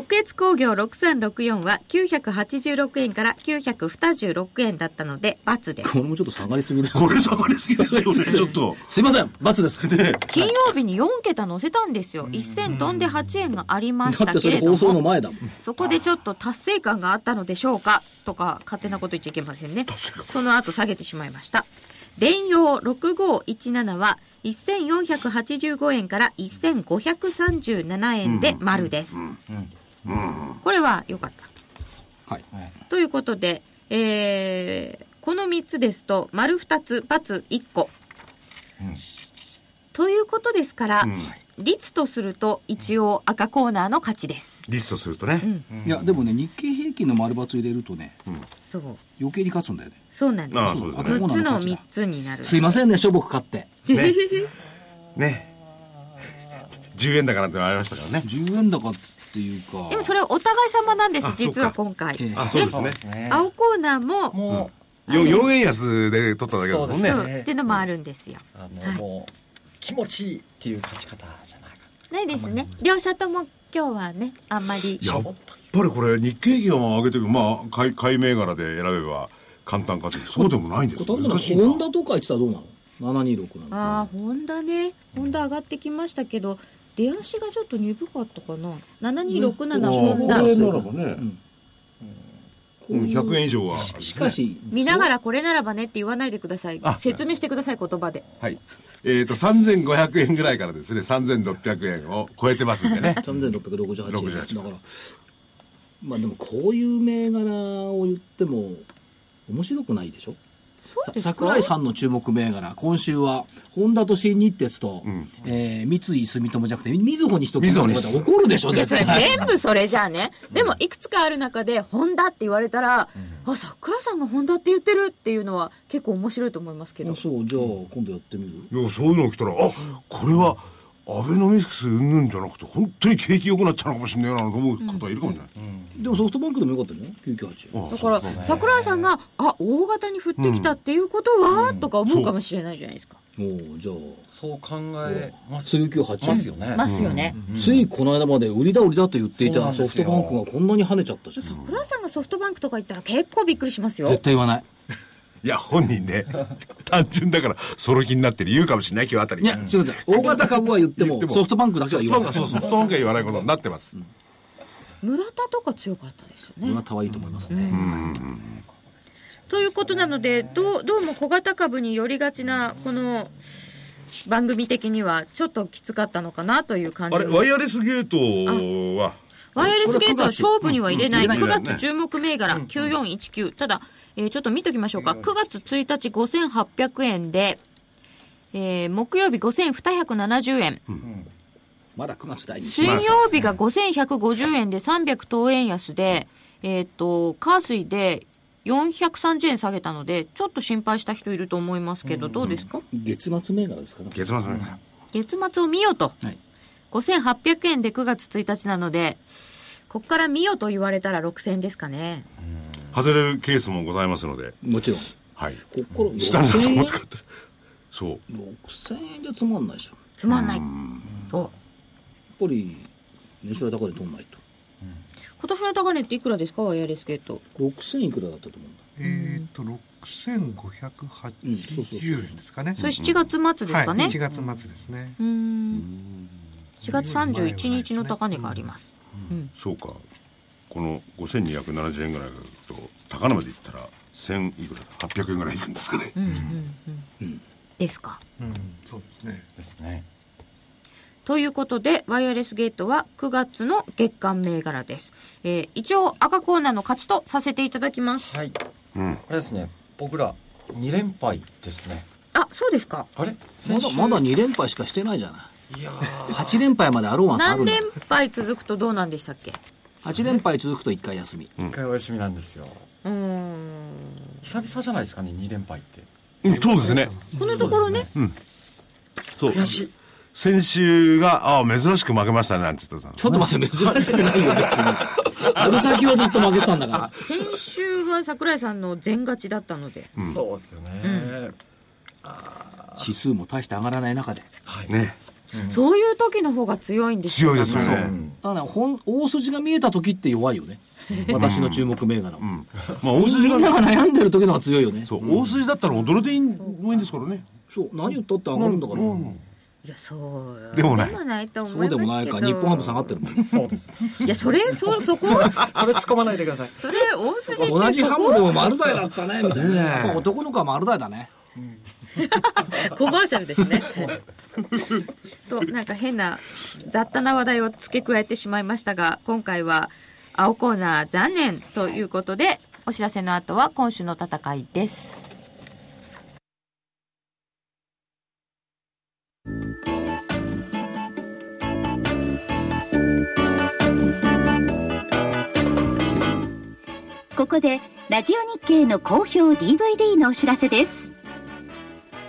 Speaker 1: 北越工業6364は986円から926円だったので×です
Speaker 2: これもちょっと下がりすぎだ
Speaker 5: これ下がりすぎですよねちょっと
Speaker 2: すいません×です
Speaker 5: で
Speaker 1: 金曜日に4桁乗せたんですよ1000飛んで8円がありまし
Speaker 2: だったてそ
Speaker 1: け
Speaker 2: れ
Speaker 1: れど
Speaker 2: 放送の
Speaker 1: も
Speaker 2: 前だもん
Speaker 1: そこでちょっと達成感があったのでしょうかとか勝手なこと言っちゃいけませんねその後下げてしまいました電用6517は1485円から1537円で丸ですこれは良かった
Speaker 2: はい
Speaker 1: ということで、えーこの3つですと、丸2つ、×1 個。ということですから、率とすると一応赤コーナーの勝ちです。
Speaker 5: リストするとね、
Speaker 2: いやでもね日経平均の丸×入れるとね
Speaker 1: そう
Speaker 2: 余計に勝つんだよね
Speaker 1: そうなんです。
Speaker 5: ああそうですね
Speaker 1: 6つの3つになる。
Speaker 2: すいませんねしょぼく勝って
Speaker 5: ねね10円だからってのありましたからね
Speaker 2: 10円高っていうか
Speaker 1: でもそれはお互い様なんです
Speaker 5: あ、
Speaker 1: 実は今回。
Speaker 2: ええ
Speaker 5: あそうです
Speaker 4: そう
Speaker 5: ね
Speaker 4: ですね。
Speaker 1: 青コーナーも、
Speaker 4: も
Speaker 5: よ4円安で取っただけですもん
Speaker 4: そ
Speaker 5: ね
Speaker 1: そう
Speaker 4: うですね
Speaker 1: ってのもあるんですよ。
Speaker 4: う、あの、もう、気持ちいいっていう勝ち方じゃないか。
Speaker 1: ないですね。両者とも今日はね、あんまり。
Speaker 5: やっぱりこれ日経平均を上げてるまあ買い買い銘柄で選べば簡単かというそうでもないんですよ
Speaker 2: 例えば
Speaker 5: 難しい
Speaker 2: ホン
Speaker 5: な
Speaker 2: ダとか言ってたらどうなの726なの
Speaker 1: ああ、ホンダね。ホンダ上がってきましたけど、出足がちょっと鈍かったかな。7267ホンダ
Speaker 5: こ。れならばね、
Speaker 2: こ
Speaker 5: う、
Speaker 2: うんいう
Speaker 5: 100円以上はあるんですね
Speaker 2: しかし
Speaker 1: 見ながらこれならばねって言わないでください。説明してください、言葉で。
Speaker 5: はいえっ、と3500円ぐらいからですね3600円を超えてますんでね
Speaker 2: 3668円
Speaker 5: 68
Speaker 2: だからまあでもこういう銘柄を言っても面白くないでしょ
Speaker 1: そうですか
Speaker 2: 桜井さんの注目銘柄、今週は、ホンダと新日鉄と、えー三井住友じゃなくて、みずほにしとく
Speaker 5: みずほ
Speaker 2: と
Speaker 5: に
Speaker 2: か怒るでしょ、
Speaker 1: いや、
Speaker 2: 絶
Speaker 1: (laughs) それ
Speaker 2: 対。
Speaker 1: 全部それじゃあね。でも、いくつかある中で、ホンダって言われたら、あ、桜井さんがホンダって言ってるっていうのは結構面白いと思いますけど。
Speaker 2: あそう、じゃあ、今度やってみる
Speaker 5: いやそういうの来たらあこれはアベノミクス云々じゃなくて本当に景気良くなっちゃうのかもしれないなと思う方がいるかもしれない、
Speaker 2: でもソフトバンクでもよかったよね、998。
Speaker 1: だから、桜井さんが、あ、大型に振ってきたっていうことは、とか思うかもしれないじゃないですか。
Speaker 2: もう、じゃあ、
Speaker 4: そう考えます
Speaker 2: 鶴98
Speaker 4: ますよね。
Speaker 1: ますよね。
Speaker 2: ついこの間まで売りだ売りだと言ってい
Speaker 4: そうな
Speaker 2: た
Speaker 4: ん
Speaker 2: ソ
Speaker 4: で
Speaker 2: フト
Speaker 4: すよ
Speaker 2: バンクがこんなに跳ねちゃったじゃん。
Speaker 1: 桜井さんがソフトバンクとか言ったら結構びっくりしますよ。
Speaker 2: 絶対言わない。
Speaker 5: いや本人ね単純だからその気になってる言うかもしれない今日あたり
Speaker 2: いや、違う違う。大型株は言って
Speaker 5: 言っ
Speaker 2: も
Speaker 5: て、も
Speaker 2: ソフトバンクだけは
Speaker 5: ソフ
Speaker 2: 言
Speaker 5: トバ
Speaker 2: わ
Speaker 5: ンク
Speaker 2: な。
Speaker 5: はいそうソフトバンクは言わないことになってます、
Speaker 1: 村田とか強かったですよね。
Speaker 2: 村田はいいと思いますね。
Speaker 1: ということなのでどうどうも小型株に寄りがちなこの番組的にはちょっときつかったのかなという感じ
Speaker 8: あれワイヤレスゲートは
Speaker 1: ワイヤレスゲートは勝負には入れない
Speaker 5: うんうん
Speaker 1: 9
Speaker 5: 入れない
Speaker 1: 月注目銘柄9419ただ、えーちょっと見ときましょうか9月1日5800円で、えー木曜日5270円
Speaker 2: まだ9月第一
Speaker 1: 水曜日が5150円で310円安で、えっ、と、カースイで430円下げたので、ちょっと心配した人いると思いますけど、どうですか
Speaker 2: 月末銘柄ですかね。
Speaker 5: 月末ね、
Speaker 1: 月末を見ようと。
Speaker 2: はい
Speaker 1: 5800円で9月1日なので、こっから見ようと言われたら6000円ですかね。
Speaker 8: 外れるケースもございますので、
Speaker 2: もちろん。
Speaker 5: はい
Speaker 2: ここから
Speaker 5: 下だと
Speaker 2: 6000
Speaker 5: 思
Speaker 2: 円
Speaker 5: って買ってるそう
Speaker 2: 6000円じゃつまんないでしょ。
Speaker 1: つまんない。お
Speaker 2: やっぱり年収高で取んないと
Speaker 1: 今年の高値っていくらですかワイヤレスゲート。
Speaker 2: 6000いくらだったと思うんだ
Speaker 3: えーっと
Speaker 2: うんそうそうそう
Speaker 3: 6580円ですかね、
Speaker 1: それ7月末ですかね。
Speaker 3: はい、1月末ですね、
Speaker 1: うーん。4月31日の高値があります。
Speaker 8: そうか、この5270円ぐらいだと、高値までいったら、1000いくらだ、800円ぐらいいくんですかね。
Speaker 1: ですか。
Speaker 3: うん、そうですね
Speaker 4: ですね。
Speaker 1: ということで、ワイヤレスゲートは9月の月間銘柄です。えー一応赤コーナーの勝ちとさせていただきます。
Speaker 4: はい。これですね。僕ら二連敗ですね。
Speaker 1: あ、そうですか。
Speaker 4: あれ
Speaker 2: ま
Speaker 4: 先
Speaker 2: だ
Speaker 4: 週
Speaker 2: まだ2連敗しかしてないじゃない
Speaker 4: いや
Speaker 2: 8連敗までアローワンスあるん
Speaker 1: 何
Speaker 2: だ
Speaker 1: 連敗続くとどうなんでしたっけ
Speaker 2: 8連敗続くと1回休み
Speaker 4: ー一回お休みなんですよ。
Speaker 1: うーん。
Speaker 4: 久々じゃないですかね。二連敗って。
Speaker 8: うんそうですね。
Speaker 1: このところね、
Speaker 8: そう。先週が、ああ、珍しく負けましたね、なんて言ってたの
Speaker 2: ちょっと待って珍しくないよ別
Speaker 1: (laughs)
Speaker 2: に春先はずっと負けてたんだから
Speaker 1: 先週は桜井さんの全勝ちだったので、
Speaker 4: そうですよね。
Speaker 2: 指数も大して上がらない中で
Speaker 8: ね。
Speaker 1: そういう時の方が強いんですよ。
Speaker 8: 強いですよね。
Speaker 2: だから本大筋が見えた時って弱いよね私の注目銘柄は
Speaker 8: まあ、大筋
Speaker 2: みんな
Speaker 8: が、
Speaker 2: が悩んでる時の方が強いよね
Speaker 8: そう、大筋だったらもうどれでいいもいいんですからね。
Speaker 2: そう何言ったって上がるんだから
Speaker 1: いや、そう。
Speaker 8: でもない
Speaker 1: と思
Speaker 2: そ
Speaker 1: います
Speaker 2: うで
Speaker 1: けど。
Speaker 2: もないか日本ハム下がってるもん
Speaker 4: そうです。
Speaker 1: いや、それ、そう、そこ、
Speaker 4: それ突っ込まないでください。
Speaker 1: それ、大筋って
Speaker 2: 同じ
Speaker 1: そ
Speaker 2: ハ
Speaker 1: こ
Speaker 2: ムでも丸大だったねみたいなやっぱ男の子は丸大だね
Speaker 1: コマーシャルですね。 (laughs) と、なんか変な雑多な話題を付け加えてしまいましたが、今回は青コーナー残念ということで、お知らせの後は今週の戦いです。
Speaker 6: ここでラジオ日経の好評 DVD のお知らせです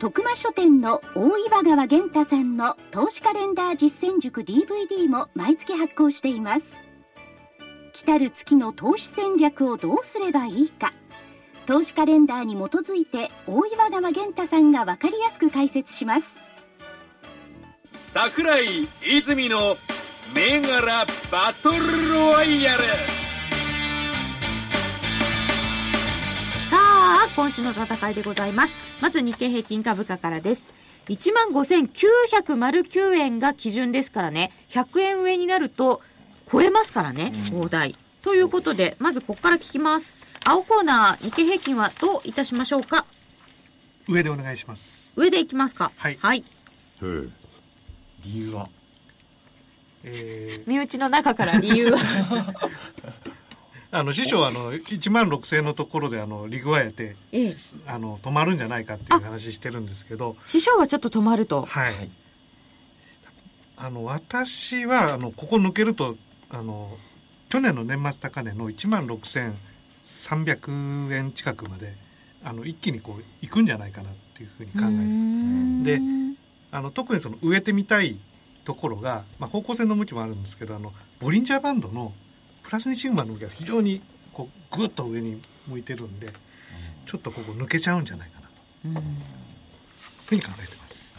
Speaker 6: 徳間書店の大岩川源太さんの投資カレンダー実践塾 DVD も毎月発行しています来たる月の投資戦略をどうすればいいか投資カレンダーに基づいて大岩川源太さんが分かりやすく解説します
Speaker 7: 桜井泉の銘柄バトルロワイヤル
Speaker 6: さあ
Speaker 1: 今週の戦いでございます。まず日経平均株価からです。15,909円が基準ですからね、100円上になると超えますからね、大台。ということで、まずここから聞きます。青コーナー、日経平均はどういたしましょうか
Speaker 3: 上でお願いします、
Speaker 1: 上でいきますか
Speaker 3: はい
Speaker 1: はい。
Speaker 8: ええ
Speaker 4: 理由は
Speaker 3: えー
Speaker 1: 身内の中から理由は。
Speaker 3: あの師匠はあの1万6000円のところであの利具合て
Speaker 1: ええ
Speaker 3: あの止まるんじゃないかっていう話してるんですけど
Speaker 1: 師匠はちょっと止まると。
Speaker 3: はい、
Speaker 4: はい
Speaker 3: あの私はあのここ抜けるとあの去年の年末高値の1万6300円近くまであの一気にこう行くんじゃないかなっていうふうに考え
Speaker 1: う
Speaker 3: て
Speaker 1: ー
Speaker 3: ます
Speaker 1: ん
Speaker 3: であの特にその植えてみたいところが、まあ、方向性の向きもあるんですけどあのボリンジャーバンドのプラス2シグマの向きが非常にこうグッと上に向いてるんでちょっとここ抜けちゃうんじゃないかなというふうに考えてます。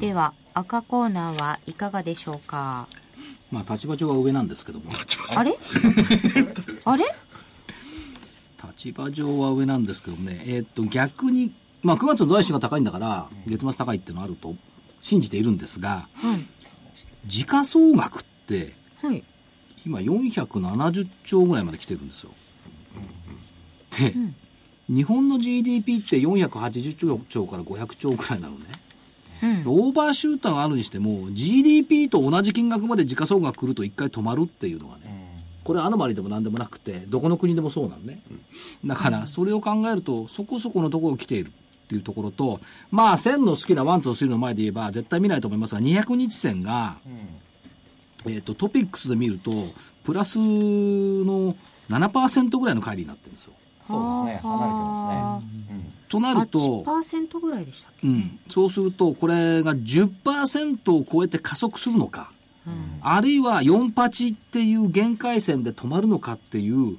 Speaker 1: では赤コーナーはいかがでしょうか
Speaker 2: まあ立場上は上なんですけども
Speaker 1: あれあれ
Speaker 2: 立場上は上なんですけどもねえーっと逆にまあ9月の土足が高いんだから月末高いっていうのあると信じているんですが
Speaker 1: はい
Speaker 2: 時価総額って
Speaker 1: はい
Speaker 2: 今470兆ぐらいまで来てるんですよ。で、日本の GDP って480兆から500兆くらいなのね。
Speaker 1: うん
Speaker 2: オーバーシューターがあるにしても GDP と同じ金額まで時価総額来ると一回止まるっていうのはね、これアノマリでも何でもなくてどこの国でもそうなんね、だからそれを考えるとそこそこのところを来ているっていうところとまあ線の好きなワンツースリーの前で言えば絶対見ないと思いますが200日線が、えー、とトピックスで見るとプラスの7%ぐらいの乖離になってるんですよ。
Speaker 4: そうですね
Speaker 1: はあ
Speaker 4: 離れてますね、うん
Speaker 2: となると
Speaker 1: 8%ぐらいでしたっ
Speaker 2: うん、そうすると、これが10%を超えて加速するのか、あるいは4パチっていう限界線で止まるのかっていう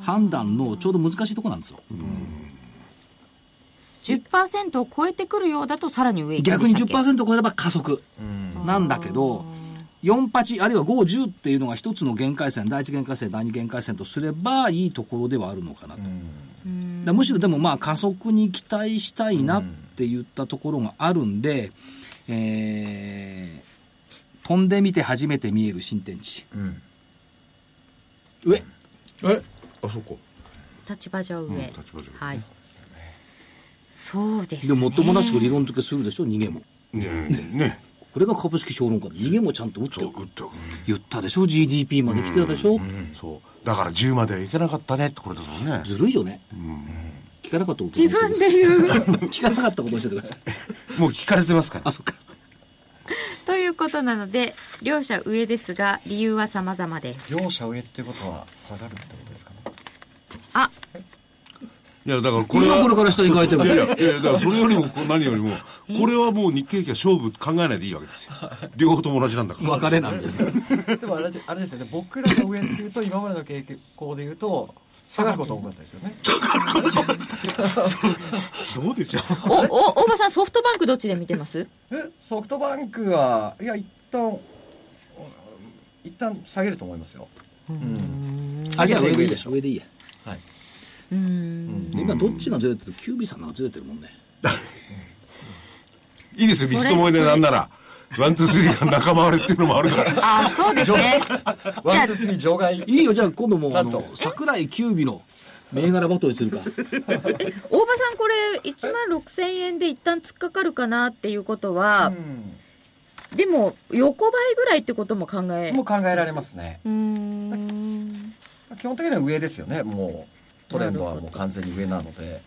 Speaker 2: 判断のちょうど難しいところなんですよ。
Speaker 1: け10%を超えてくるようだとさらに上行く
Speaker 2: 逆
Speaker 1: んで
Speaker 2: に
Speaker 1: したっけ
Speaker 2: 10%を超えれば加速なんだけど、4パチ、あるいは5、10っていうのが一つの限界線、第一限界線、第二限界線とすればいいところではあるのかなと。だからむしろでもまあ加速に期待したいなって言ったところがあるんで、えー飛んでみて初めて見える新天地。
Speaker 4: ん
Speaker 2: 上
Speaker 8: えあそこ
Speaker 1: 立場上上、
Speaker 8: 立場上
Speaker 1: はいそうですね
Speaker 2: でももっともらしく理論付けするでしょ、逃げも。
Speaker 8: ねえねえね
Speaker 2: これが株式評論家の逃げもちゃんと打っ
Speaker 8: え
Speaker 2: て
Speaker 8: そ
Speaker 2: お
Speaker 8: う
Speaker 2: く
Speaker 8: 打っておく
Speaker 2: 言ったでしょ、GDP まで来てたでしょ。
Speaker 8: そうだから10まではいけなかったねってこれですもんね
Speaker 2: ずるいよね。聞かなかったことにして
Speaker 1: 自
Speaker 2: ください
Speaker 1: 分で言う (laughs)
Speaker 2: 聞かなかったことにしててください。
Speaker 8: もう聞かれてますから
Speaker 2: あ、そっか。
Speaker 1: ということなので両者上ですが理由は様々です
Speaker 4: 両者上っていうことは下がるってことですかね
Speaker 1: あ
Speaker 8: いやだからこ
Speaker 2: こ
Speaker 8: れ
Speaker 2: れ
Speaker 8: は
Speaker 2: はこれから下に変えて
Speaker 8: いやい
Speaker 2: る。
Speaker 8: やいやだからそれよりもこう何よりもこれはもう日経平均は勝負考えないでいいわけですよ両方とも同じなんだから
Speaker 2: 別れなんでね。
Speaker 4: (laughs) でもあれであれですよね僕らの上っていうと今までの経験こうで言うと下がることが多かったですよね
Speaker 8: どうでしょう
Speaker 1: おお大場さんソフトバンクどっちで見てます
Speaker 4: えソフトバンクはいや一旦うん一旦下げると思いますようん
Speaker 2: あ、じゃあ上でいいでしょ。上でいいや。
Speaker 4: はい
Speaker 2: で今どっちがずれてるキュービーさんのがずれてるもんね。
Speaker 8: いいですよ三つともえでなんならワンツースリーが仲間割れっていうのもあるから
Speaker 1: あそうですね
Speaker 4: ワンツースリー除外
Speaker 2: いいよ、じゃあ今度も、あ
Speaker 4: なんと
Speaker 2: の、桜井キュービーの銘柄バトルするか。
Speaker 1: 大場さんこれ1万6000円で一旦突っかかるかなっていうことは、
Speaker 4: うん
Speaker 1: でも横ばいぐらいってことも考え
Speaker 4: もう考えられますね
Speaker 1: うーん
Speaker 4: 基本的には上ですよねもうトレンドはもう完全に上なので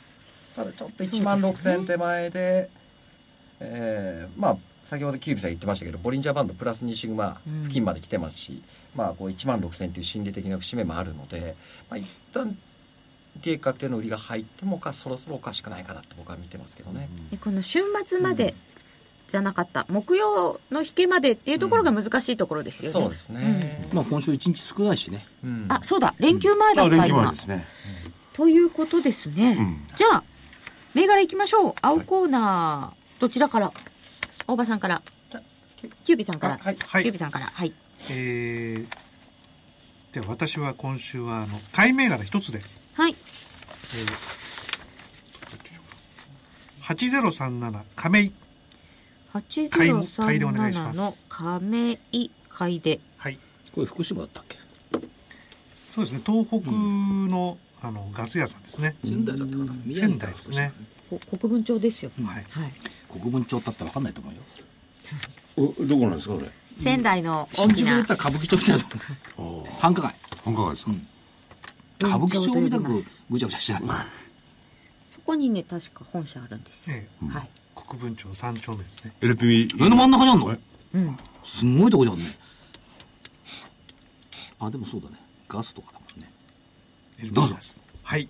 Speaker 4: ただちょっと1万6000手前でえーまあ先ほどキュービーさん言ってましたけどボリンジャーバンドプラス2シグマ付近まで来てますし、まあこう1万6000という心理的な節目もあるので、まあ、一旦利益確定の売りが入ってもかそろそろおかしくないかなと僕は見てますけどね、
Speaker 1: でこの週末までじゃなかった、木曜の引けまでっていうところが難しいところですよね、
Speaker 4: そうですね、
Speaker 2: まあ今週1日少ないしね。
Speaker 4: うん
Speaker 1: あそうだ連休前だ
Speaker 8: あ
Speaker 1: った
Speaker 8: 連休
Speaker 1: 今、
Speaker 8: 前ですね
Speaker 1: ということですね、じゃあ銘柄いきましょう青コーナー、どちらから大場さんからキュービーさんから、
Speaker 4: あはい
Speaker 3: はい
Speaker 1: キュービーさんからはい
Speaker 3: えーでは私は今週はあの買い銘柄一つで、
Speaker 1: はい
Speaker 3: えー8037亀井
Speaker 1: 八ゼ
Speaker 3: 買い
Speaker 1: ロ
Speaker 3: 買い
Speaker 1: 三
Speaker 3: でお願いし
Speaker 1: 七
Speaker 3: ます
Speaker 1: の亀井買いで
Speaker 3: はい
Speaker 2: これ福島だったっけ
Speaker 3: そうですね東北の,、あのガス屋さんですね
Speaker 2: 仙台だったかな宮
Speaker 3: 仙
Speaker 2: 城から
Speaker 3: 台で
Speaker 2: 福
Speaker 3: す
Speaker 2: 島
Speaker 3: ね
Speaker 1: こ国分町ですよ。
Speaker 3: はい
Speaker 2: 国分町だったら分かんないと思うよ
Speaker 8: おどこなんですかあれ
Speaker 1: 仙台の大
Speaker 2: 新
Speaker 1: き
Speaker 2: 宿だ
Speaker 1: な
Speaker 2: ったら歌舞伎町みたいなとこ繁華街
Speaker 8: 繁華街ですか、
Speaker 1: うん
Speaker 2: 歌舞伎町みた
Speaker 1: 文鳥と呼びま
Speaker 2: く
Speaker 1: す
Speaker 2: ぐちゃぐちゃしてない
Speaker 1: そこにね確か本社あるんですよ。
Speaker 3: ええ
Speaker 1: はい。
Speaker 3: 国分町三丁目ですね
Speaker 8: LPB
Speaker 2: 上の真ん中にあんの
Speaker 1: うん。
Speaker 2: すんごいとこにあるねあでもそうだねガスとかだもんねどうぞ
Speaker 3: はい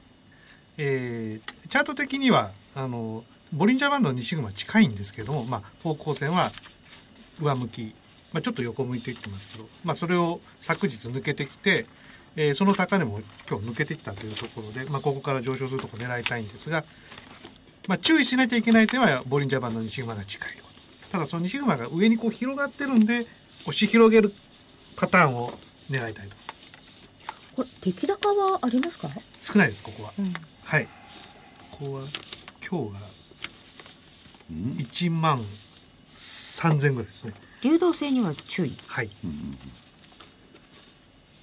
Speaker 3: えーチャート的にはあのボリンジャーバンドの2シグマ近いんですけども、まあ、方向線は上向き、まあ、ちょっと横向いていってますけど、まあ、それを昨日抜けてきて、えーその高値も今日抜けてきたというところで、まあ、ここから上昇するところを狙いたいんですが、まあ、注意しなきゃいけない点はボリンジャーバンドの2シグマが近いことただその2シグマが上にこう広がってるんで押し広げるパターンを狙いたいと
Speaker 1: これ出来高はありますか？
Speaker 3: 少ないですここは。
Speaker 1: うん。
Speaker 3: はい。ここは今日が一万三千ぐらいですね。
Speaker 1: 流動性には注意
Speaker 3: はい。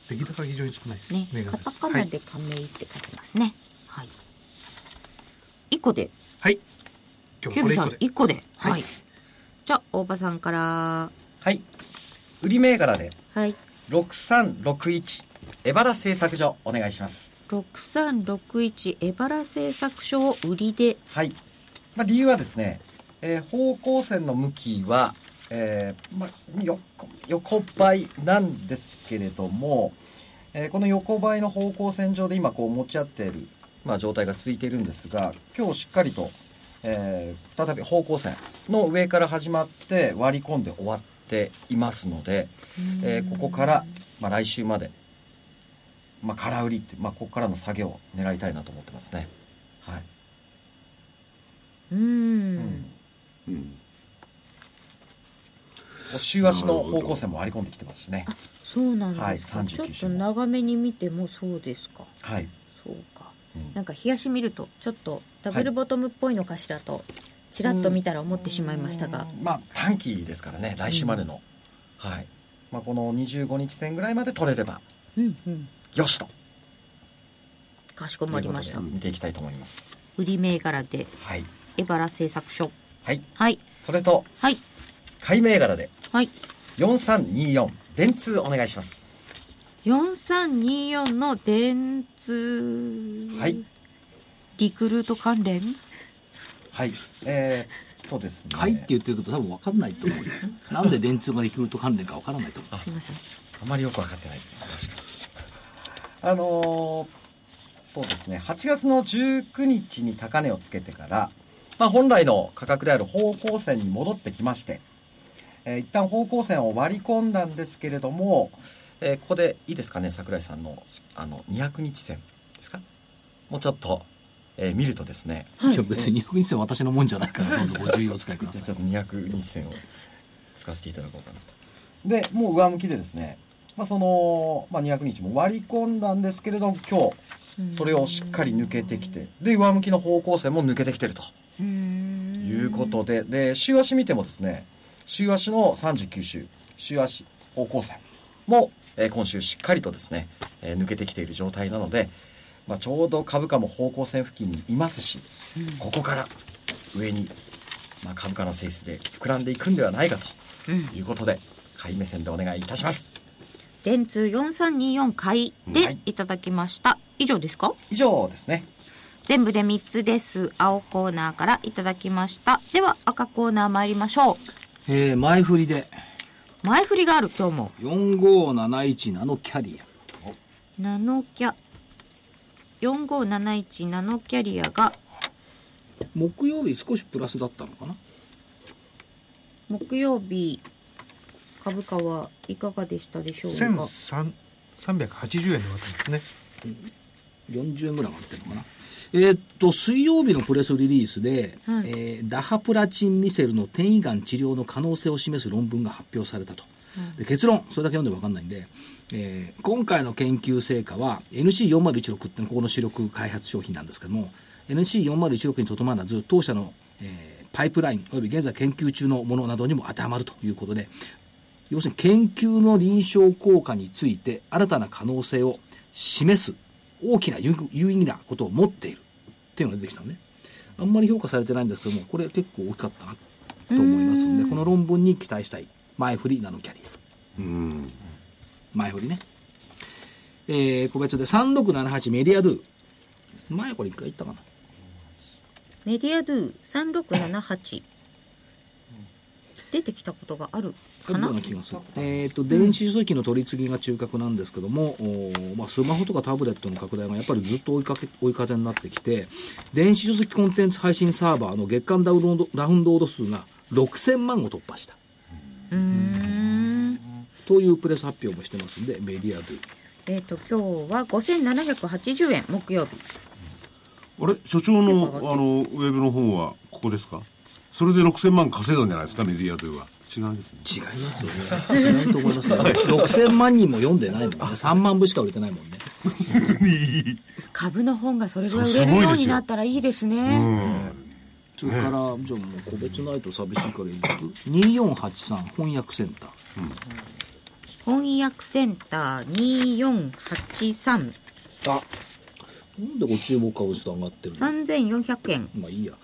Speaker 3: 出来高が非常に少ないです
Speaker 1: ね
Speaker 3: 銘。柄
Speaker 1: カ
Speaker 3: で
Speaker 1: タ
Speaker 3: す。
Speaker 1: カ
Speaker 3: は
Speaker 1: ナ
Speaker 3: い。
Speaker 1: で亀井って書いてますね。はい。一個で
Speaker 3: はい。今日
Speaker 1: キューブ
Speaker 3: はこれ一
Speaker 1: さ
Speaker 3: 個
Speaker 1: ん
Speaker 3: で。
Speaker 1: 一個で。
Speaker 3: はい
Speaker 1: はい。じゃあ大場さんから
Speaker 4: はい売り銘柄で
Speaker 1: はい。
Speaker 4: 6361エバラ製作所お願いします
Speaker 1: 六三六一エバラ製作所を売りで。
Speaker 4: はい、まあ、理由はですね、えー方向線の向きは、えーまあ、よ横ばいなんですけれども、えーこの横ばいの方向線上で今こう持ち合っている、まあ、状態が続いているんですが今日しっかりと、えー再び方向線の上から始まって割り込んで終わっていますので、えーここから、まあ、来週まで、まあ、空売りって、まあ、ここからの下げを狙いたいなと思ってますね。はい
Speaker 1: うん。
Speaker 8: うん
Speaker 4: 週足の方向性も割り込んできてますしね。
Speaker 1: そうなんですか、
Speaker 4: はい39
Speaker 1: ちょっと
Speaker 4: 種目
Speaker 1: 長めに見てもそうですか
Speaker 4: はい。
Speaker 1: そうか
Speaker 4: うん
Speaker 1: なんか冷やし見るとちょっとダブルボトムっぽいのかしらとちらっと見たら思ってしまいましたが、
Speaker 4: まあ短期ですからね、来週までの、はい。まあこの25日線ぐらいまで取れれば
Speaker 1: うん、うんうん
Speaker 4: よしと
Speaker 1: かしこまりました
Speaker 4: ということで見ていきたいと思います。
Speaker 1: 売り銘柄で
Speaker 4: はい。
Speaker 1: エバラ製作所
Speaker 4: はい。
Speaker 1: はい
Speaker 4: それと
Speaker 1: はい
Speaker 4: 買い銘柄で
Speaker 1: はい
Speaker 4: 4324電通お願いします。
Speaker 1: 4324の電通
Speaker 4: はい
Speaker 1: リクルート関連
Speaker 4: はい。えー、そうですね。
Speaker 2: はいって言ってること多分分かんないと (laughs) 思うよなんで電通がリクルート関連か分からないと思う
Speaker 1: すいません
Speaker 4: あまりよく分かってないですね確かにあのーそうですね8月の19日に高値をつけてから、まあ、本来の価格である方向線に戻ってきまして、えー一旦方向線を割り込んだんですけれども、えーここでいいですかね桜井さんのあの200日線ですかもうちょっと、えー見るとですね
Speaker 2: いや別に200日線は私のもんじゃないからどうぞご自由お使いくだ
Speaker 4: じゃあ
Speaker 2: さ
Speaker 4: ち
Speaker 2: い
Speaker 4: ょっと200日線を使わせていただこうかなとでもう上向きでですね、まあ、その、まあ、200日も割り込んだんですけれど今日それをしっかり抜けてきてで上向きの方向性も抜けてきてると
Speaker 1: うーん
Speaker 4: いうことでで週足見てもですね週足の39週週足方向線も、えー今週しっかりとですね、えー抜けてきている状態なので、まあ、ちょうど株価も方向線付近にいますし、ここから上に、まあ、株価の性質で膨らんでいくんではないかということで、買い目線でお願いいたします
Speaker 1: 電通4324回
Speaker 4: は
Speaker 1: で
Speaker 4: い
Speaker 1: いただきました、以上ですか
Speaker 4: 以上ですね
Speaker 1: 全部で3つです青コーナーからいただきましたでは赤コーナー参りましょう
Speaker 2: えー前振りで
Speaker 1: 前振りがある今日も
Speaker 2: 4571ナノキャリア
Speaker 1: ナノキャ4571ナノキャリアが
Speaker 2: 木曜日少しプラスだったのかな
Speaker 1: 木曜日株価はいかがでしたでしょう
Speaker 3: 千
Speaker 1: か
Speaker 3: 三三百八十円で終わったんですね。
Speaker 2: 40円ぐらい上がってるのかなえーっと水曜日のプレスリリースで、
Speaker 1: はい
Speaker 2: えーダハプラチンミセルの転移がん治療の可能性を示す論文が発表されたと、で結論それだけ読んでも分かんないんで、えー今回の研究成果は NC4016 ってのはここの主力開発商品なんですけども NC4016 にとどまらず当社のえーパイプラインおよび現在研究中のものなどにも当てはまるということで要するに研究の臨床効果について新たな可能性を示す大きな有有意義なことを持っているっていうのが出てきたのねあんまり評価されてないんですけどもこれ結構大きかったなと思いますのでこの論文に期待したい前振りナノキャリア
Speaker 8: うん
Speaker 2: 前振りね。えー、個別で3678メディアドゥ。前これ一回言ったかな。
Speaker 1: メディアドゥ3678出てきたことがある
Speaker 2: こ
Speaker 1: か
Speaker 2: れ
Speaker 1: な
Speaker 2: どうな気がする。えっ、と、電子書籍の取り次ぎが中核なんですけども、おーまあ、スマホとかタブレットの拡大がやっぱりずっと追いかけ、追い風になってきて、電子書籍コンテンツ配信サーバーの月間ダウンロード、ダウンロード数が6000万を突破した。
Speaker 1: うーん
Speaker 2: というプレス発表もしてますんで、メディアドゥ。
Speaker 1: えっ、と今日は5780円木曜日
Speaker 8: あれ所長のあのウェブの方はここですかそれで6000万稼いだんじゃないですかメディアというは違うんですね
Speaker 2: 違いますよね。違うと思い (laughs) ますね。6000万人も読んでないもんね。3万部しか売れてないもんね。
Speaker 1: 株の本がそれぐらい売れるようになったらいいですね
Speaker 2: それから、じゃあもう個別ないと寂しいから入れる2483翻訳センター
Speaker 1: 翻訳センター2483
Speaker 2: なんでご注文株ちょっと上がってるの
Speaker 1: 3400円
Speaker 2: まあいいや。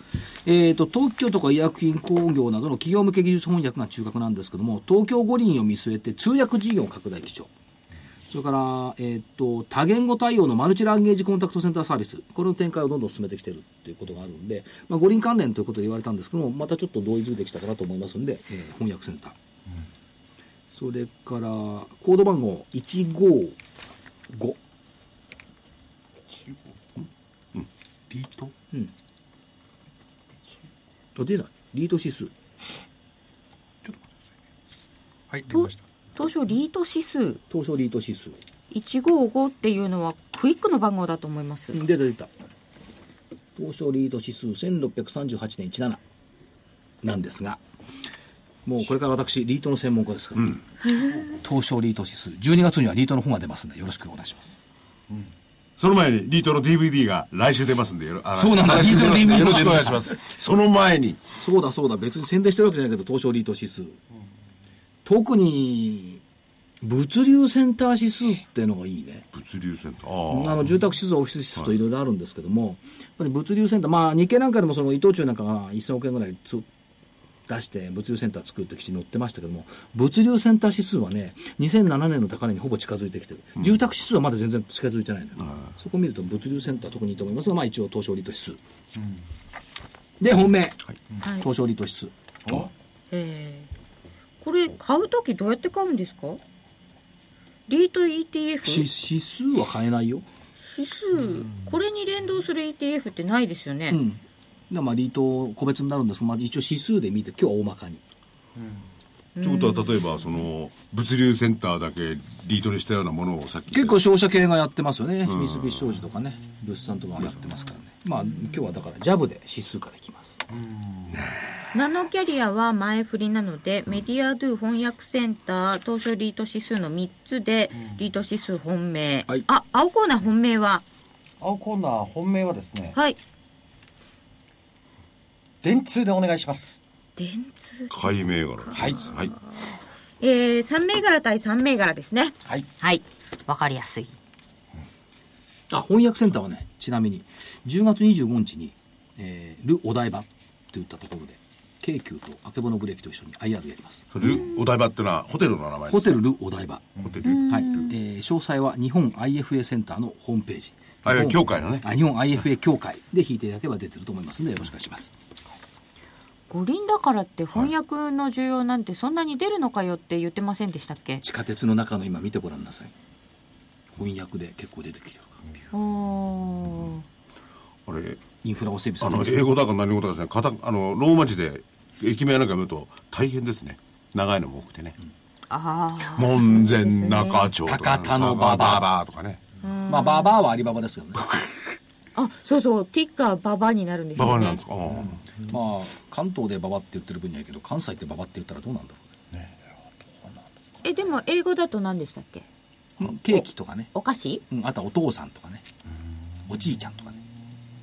Speaker 2: えっ、と、東京とか医薬品工業などの企業向け技術翻訳が中核なんですけども、東京五輪を見据えて通訳事業を拡大基調。それから、えっ、と、多言語対応のマルチランゲージコンタクトセンターサービス。これの展開をどんどん進めてきてるっていうことがあるんで、まあ五輪関連ということで言われたんですけども、またちょっと同意づいてきたかなと思いますんで、えー翻訳センター。それから、コード番号155。
Speaker 8: リート
Speaker 2: うん。あ、出ない。リード指数。
Speaker 3: はい出
Speaker 1: と
Speaker 3: ました
Speaker 1: 東証リート指数
Speaker 2: 東証リート指数。
Speaker 1: 155っていうのはクイックの番号だと思います、
Speaker 2: うん出た出た。東証リート指数1638.17なんですが、もうこれから私、リートの専門家ですから、東証リート指数、12月にはリートの本が出ますんで、よろしくお願いします。
Speaker 8: その前にリートの DVD が来週出ますんでよろあ
Speaker 2: そうなんだ
Speaker 8: 来週出ますんで
Speaker 2: リ
Speaker 8: よ
Speaker 2: ートの DVD
Speaker 8: ろしくお願いします
Speaker 2: (laughs)
Speaker 8: その前に
Speaker 2: そうだそうだ、別に宣伝してるわけじゃないけど、東証リート指数。特に、物流センター指数っていうのがいいね。
Speaker 8: 物流センター
Speaker 2: あの住宅指数、オフィス指数といろいろあるんですけども、やっぱり物流センター、まあ、日経なんかでもその伊藤忠なんかが1000億円ぐらいつ出して、物流センター作るって記事に載ってましたけども、物流センター指数はね、2007年の高値にほぼ近づいてきてる、住宅指数はまだ全然近づいてないのよ、そこ見ると物流センター、特にいいと思いますが、まあ、一応、東証リート指数。で、本命、
Speaker 1: はい
Speaker 2: 東証リート指数。
Speaker 1: えーこれ買う時どうやって買うんですかリート ETF
Speaker 2: し
Speaker 1: 指
Speaker 2: 指数は変えないよ。
Speaker 1: 数これに連動する ETF ってないですよね、
Speaker 2: うん。だからまあ、リート個別になるんですが、まあ、一応指数で見て、今日は大まかに。
Speaker 8: ということは例えばその物流センターだけリートにしたようなものをさっき言
Speaker 2: 結
Speaker 8: った
Speaker 2: 構商社系がやってますよね、三菱商事とかね物産とかがやってますからね、まあ今日はだからジャブで指数からいきます
Speaker 1: ナノキャリアは前振りなので、メディアドゥ翻訳センター東証リート指数の3つで、リート指数本命、
Speaker 2: はい
Speaker 1: あ青コーナー本命は
Speaker 4: 青コーナー本命はですね
Speaker 1: はい
Speaker 4: 電通でお願いします
Speaker 1: 電通
Speaker 8: 買い銘柄はい、はい、
Speaker 1: えー、3銘柄対3銘柄ですね
Speaker 4: はい
Speaker 1: はいわかりやすい
Speaker 2: あ翻訳センターはねちなみに10月25日に、えール・お台場って言ったところで京急とあけぼのブレーキと一緒に IR やります
Speaker 8: それお台場ってのはホテルの名前
Speaker 2: ホテ
Speaker 8: ル
Speaker 2: ルル・お台場、
Speaker 8: ホテル
Speaker 2: はいえー詳細は日本 IFA センターのホームページ
Speaker 8: あいや
Speaker 2: 日
Speaker 8: 協
Speaker 2: 本
Speaker 8: 会のね
Speaker 2: あ日本 IFA 協会で引いていただければ出てると思いますのでよろしくお願いします
Speaker 1: 五輪だからって翻訳の需要なんてそんなに出るのかよって言ってませんでしたっけ、
Speaker 2: 地下鉄の中の今見てごらんなさい翻訳で結構出てきてるから
Speaker 1: おー
Speaker 8: あれ
Speaker 2: インフラを整備す
Speaker 8: あ
Speaker 2: る
Speaker 8: の英語だか何語だかですねカタあのローマ字で駅名なんか見ると大変ですね長いのも多くてね、
Speaker 1: ああ
Speaker 8: 門前仲町とか
Speaker 2: 高田の
Speaker 8: 高
Speaker 2: 馬場
Speaker 8: 田馬場とかね
Speaker 2: まあ、ババアはアリババですけどね。
Speaker 1: あそうそうティッカーババになるんです
Speaker 8: 馬
Speaker 1: よ
Speaker 8: 場なん
Speaker 1: ね
Speaker 8: ですか、ああ
Speaker 2: まあ、関東でババって言ってる分にはいいけど、関西ってババって言ったらどうなんだろ
Speaker 1: えでも英語だと何でしたっけ
Speaker 2: うね。ケーキとかね。
Speaker 1: お菓子
Speaker 2: うんあとはお父さんとかね。おじいちゃんとかね。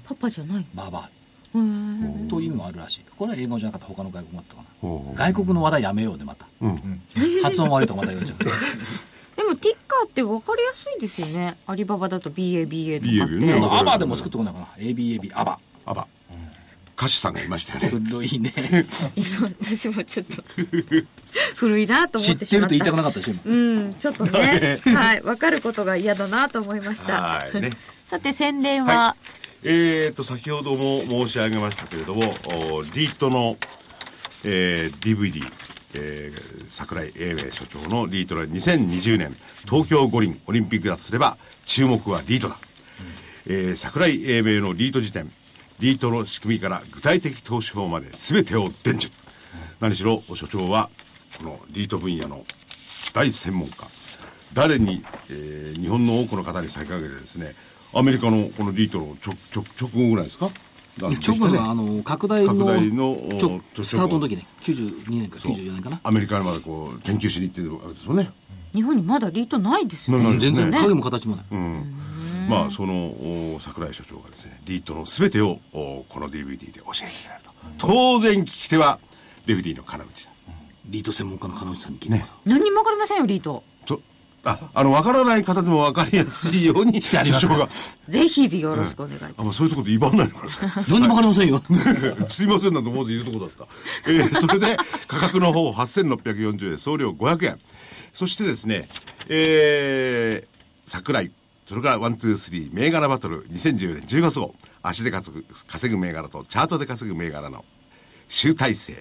Speaker 1: パパじゃない
Speaker 2: ババア。
Speaker 1: うん
Speaker 2: という意味もあるらしいこれは英語じゃなかった他の外国語だったか
Speaker 9: ほう
Speaker 2: な外国の話題やめようでまた
Speaker 9: うん
Speaker 2: 発音悪いとまた言っちゃう
Speaker 1: でもティッカーって分かりやすいですよねアリババだと BABA とか
Speaker 9: BABA
Speaker 1: っ
Speaker 9: ね
Speaker 5: (laughs)
Speaker 1: て
Speaker 9: わか
Speaker 2: アバでも作ってこないかな ABAB アバ
Speaker 9: あば歌詞さんがいましたよね
Speaker 2: 古いね
Speaker 1: 今私もちょっと古いなと思
Speaker 2: 知
Speaker 1: っ
Speaker 2: ってて
Speaker 1: し
Speaker 2: る
Speaker 1: ま
Speaker 2: と
Speaker 1: った
Speaker 2: 言いたくなかったでしょ今
Speaker 1: うんちょっと
Speaker 5: (laughs)
Speaker 1: ねはい分かることが嫌だなと思いました
Speaker 5: はいね。
Speaker 1: さて宣伝は、
Speaker 5: えー、と先ほども申し上げましたけれどもおリートの、えー DVD、えー桜井英明所長のリートの2020年東京五輪オリンピックだとすれば注目はリートだ、えー桜井英明のリート辞典リートの仕組みから具体的投資法まで全てを伝授何しろ所長はこのリート分野の大専門家誰に、えー日本の多くの方に先駆けてですねアメリカのこのリートの直直直後ぐらいですか
Speaker 2: 直後
Speaker 5: で
Speaker 2: の
Speaker 5: したね
Speaker 2: あの拡大の
Speaker 5: 拡大の
Speaker 2: ちょ
Speaker 5: お
Speaker 2: スタートの時ね92年か94年かな
Speaker 5: アメリカにまだこう研究しに行ってるわけですもんね。
Speaker 1: 日本にまだリートないですよね
Speaker 5: なない
Speaker 2: 全然
Speaker 5: ね
Speaker 2: 影も形もない
Speaker 5: うんまあそのお桜井所長がですねリートの全てをおこの DVD で教えてくれると当然聞き手はレフェリーの金内だ
Speaker 2: リート専門家の金内さんに聞いてもらう
Speaker 1: 何にも分かりませんよリート
Speaker 5: とああの分からない方でも分かりやすいよ
Speaker 2: (laughs)
Speaker 5: うに所
Speaker 2: あります
Speaker 5: 長が
Speaker 1: ぜひよろしくお願い、
Speaker 5: あまあそういうところで威張んないのかな
Speaker 2: 何にもわかりませんよ
Speaker 5: (laughs) すいませんなんて思うと言うとこだった。えーそれで、価格の方8640円、送料500円。そしてですね、えー、桜井、それからワン、ツー、スリー、銘柄バトル2014年10月号、足で稼ぐ稼ぐ銘柄とチャートで稼ぐ銘柄の集大成。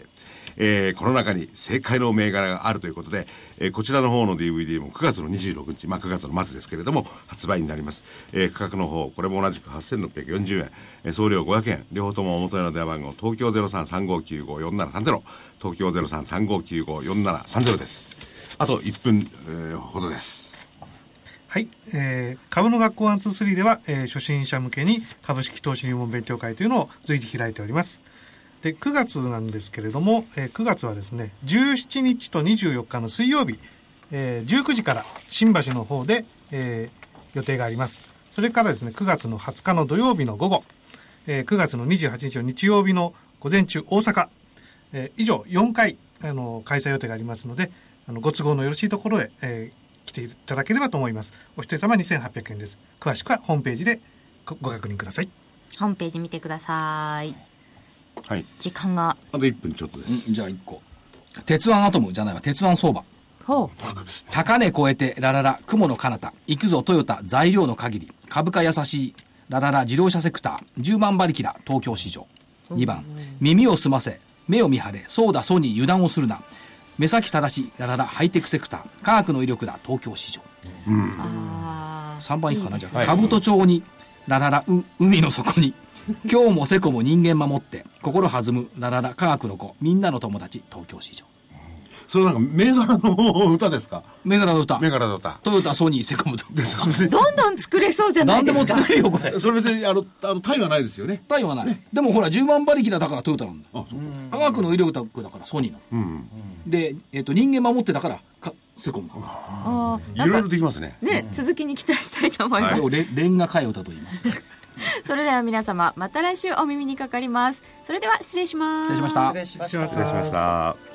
Speaker 5: えーこの中に正解の銘柄があるということで、えーこちらの方の DVD も9月の26日、まあ、9月の末ですけれども発売になります、えー価格の方これも同じく8640円、えー送料500円両方ともお元への電話番号東京0335954730東京0335954730ですあと1分、えーほどです
Speaker 3: はい、えー株の学校123では、えー初心者向けに株式投資入門勉強会というのを随時開いております。で、9月なんですけれども、えー9月はですね、17日と24日の水曜日、えー19時から新橋の方で、えー予定があります。それからですね、9月の20日の土曜日の午後、えー9月の28日の日曜日の午前中、大阪、えー以上4回あの開催予定がありますのであのご都合のよろしいところへ、えー来ていただければと思いますお一人様2800円です詳しくはホームページでごご確認ください
Speaker 1: ホームページ見てください
Speaker 5: はい
Speaker 1: 時間が
Speaker 5: あと1分ちょっとです、
Speaker 2: (laughs) うんじゃあ1個鉄腕アトムじゃないわ鉄腕相場
Speaker 1: ほ
Speaker 2: 高値超えてラララ雲の彼方行くぞトヨタ材料の限り株価優しいラララ自動車セクター10万馬力だ東京市場2番耳を澄ませ目を見張れそうだソニー油断をするな目先正しいラララハイテクセクター科学の威力だ東京市場
Speaker 1: うあー
Speaker 2: 3番いくかなじゃあ、
Speaker 4: はい
Speaker 2: 兜町にラララう海の底に今日もセコも人間守って心弾むラララ科学の子みんなの友達東京市場
Speaker 5: それなんか銘柄の歌ですか
Speaker 2: 銘柄の歌
Speaker 5: 銘柄の (laughs) 歌
Speaker 2: トヨタソニーセコムと
Speaker 5: ですすみません
Speaker 1: どんどん作れそうじゃな
Speaker 2: 何
Speaker 1: い
Speaker 2: で
Speaker 1: で
Speaker 2: も
Speaker 1: すか
Speaker 2: 作れるよこれ
Speaker 5: それ別にあのあのタイはないですよね
Speaker 2: 単位はない、でもほら10万馬力だだからトヨタなんだよ
Speaker 5: あそう
Speaker 2: 科学の医療タッグだからソニーなの
Speaker 5: うん
Speaker 2: で、えっと人間守ってだからかセコムなの
Speaker 1: あー
Speaker 5: い
Speaker 1: なん
Speaker 5: ろいろ
Speaker 1: か
Speaker 5: できますね
Speaker 1: ね、続きに期待したいと思います、
Speaker 5: はい
Speaker 2: これをレレンガ替え歌と言います失
Speaker 1: それでは皆様また来週お耳にかかりますそれでは失礼します
Speaker 2: 礼しました
Speaker 4: 礼しま
Speaker 3: 失礼しま
Speaker 5: 失礼しました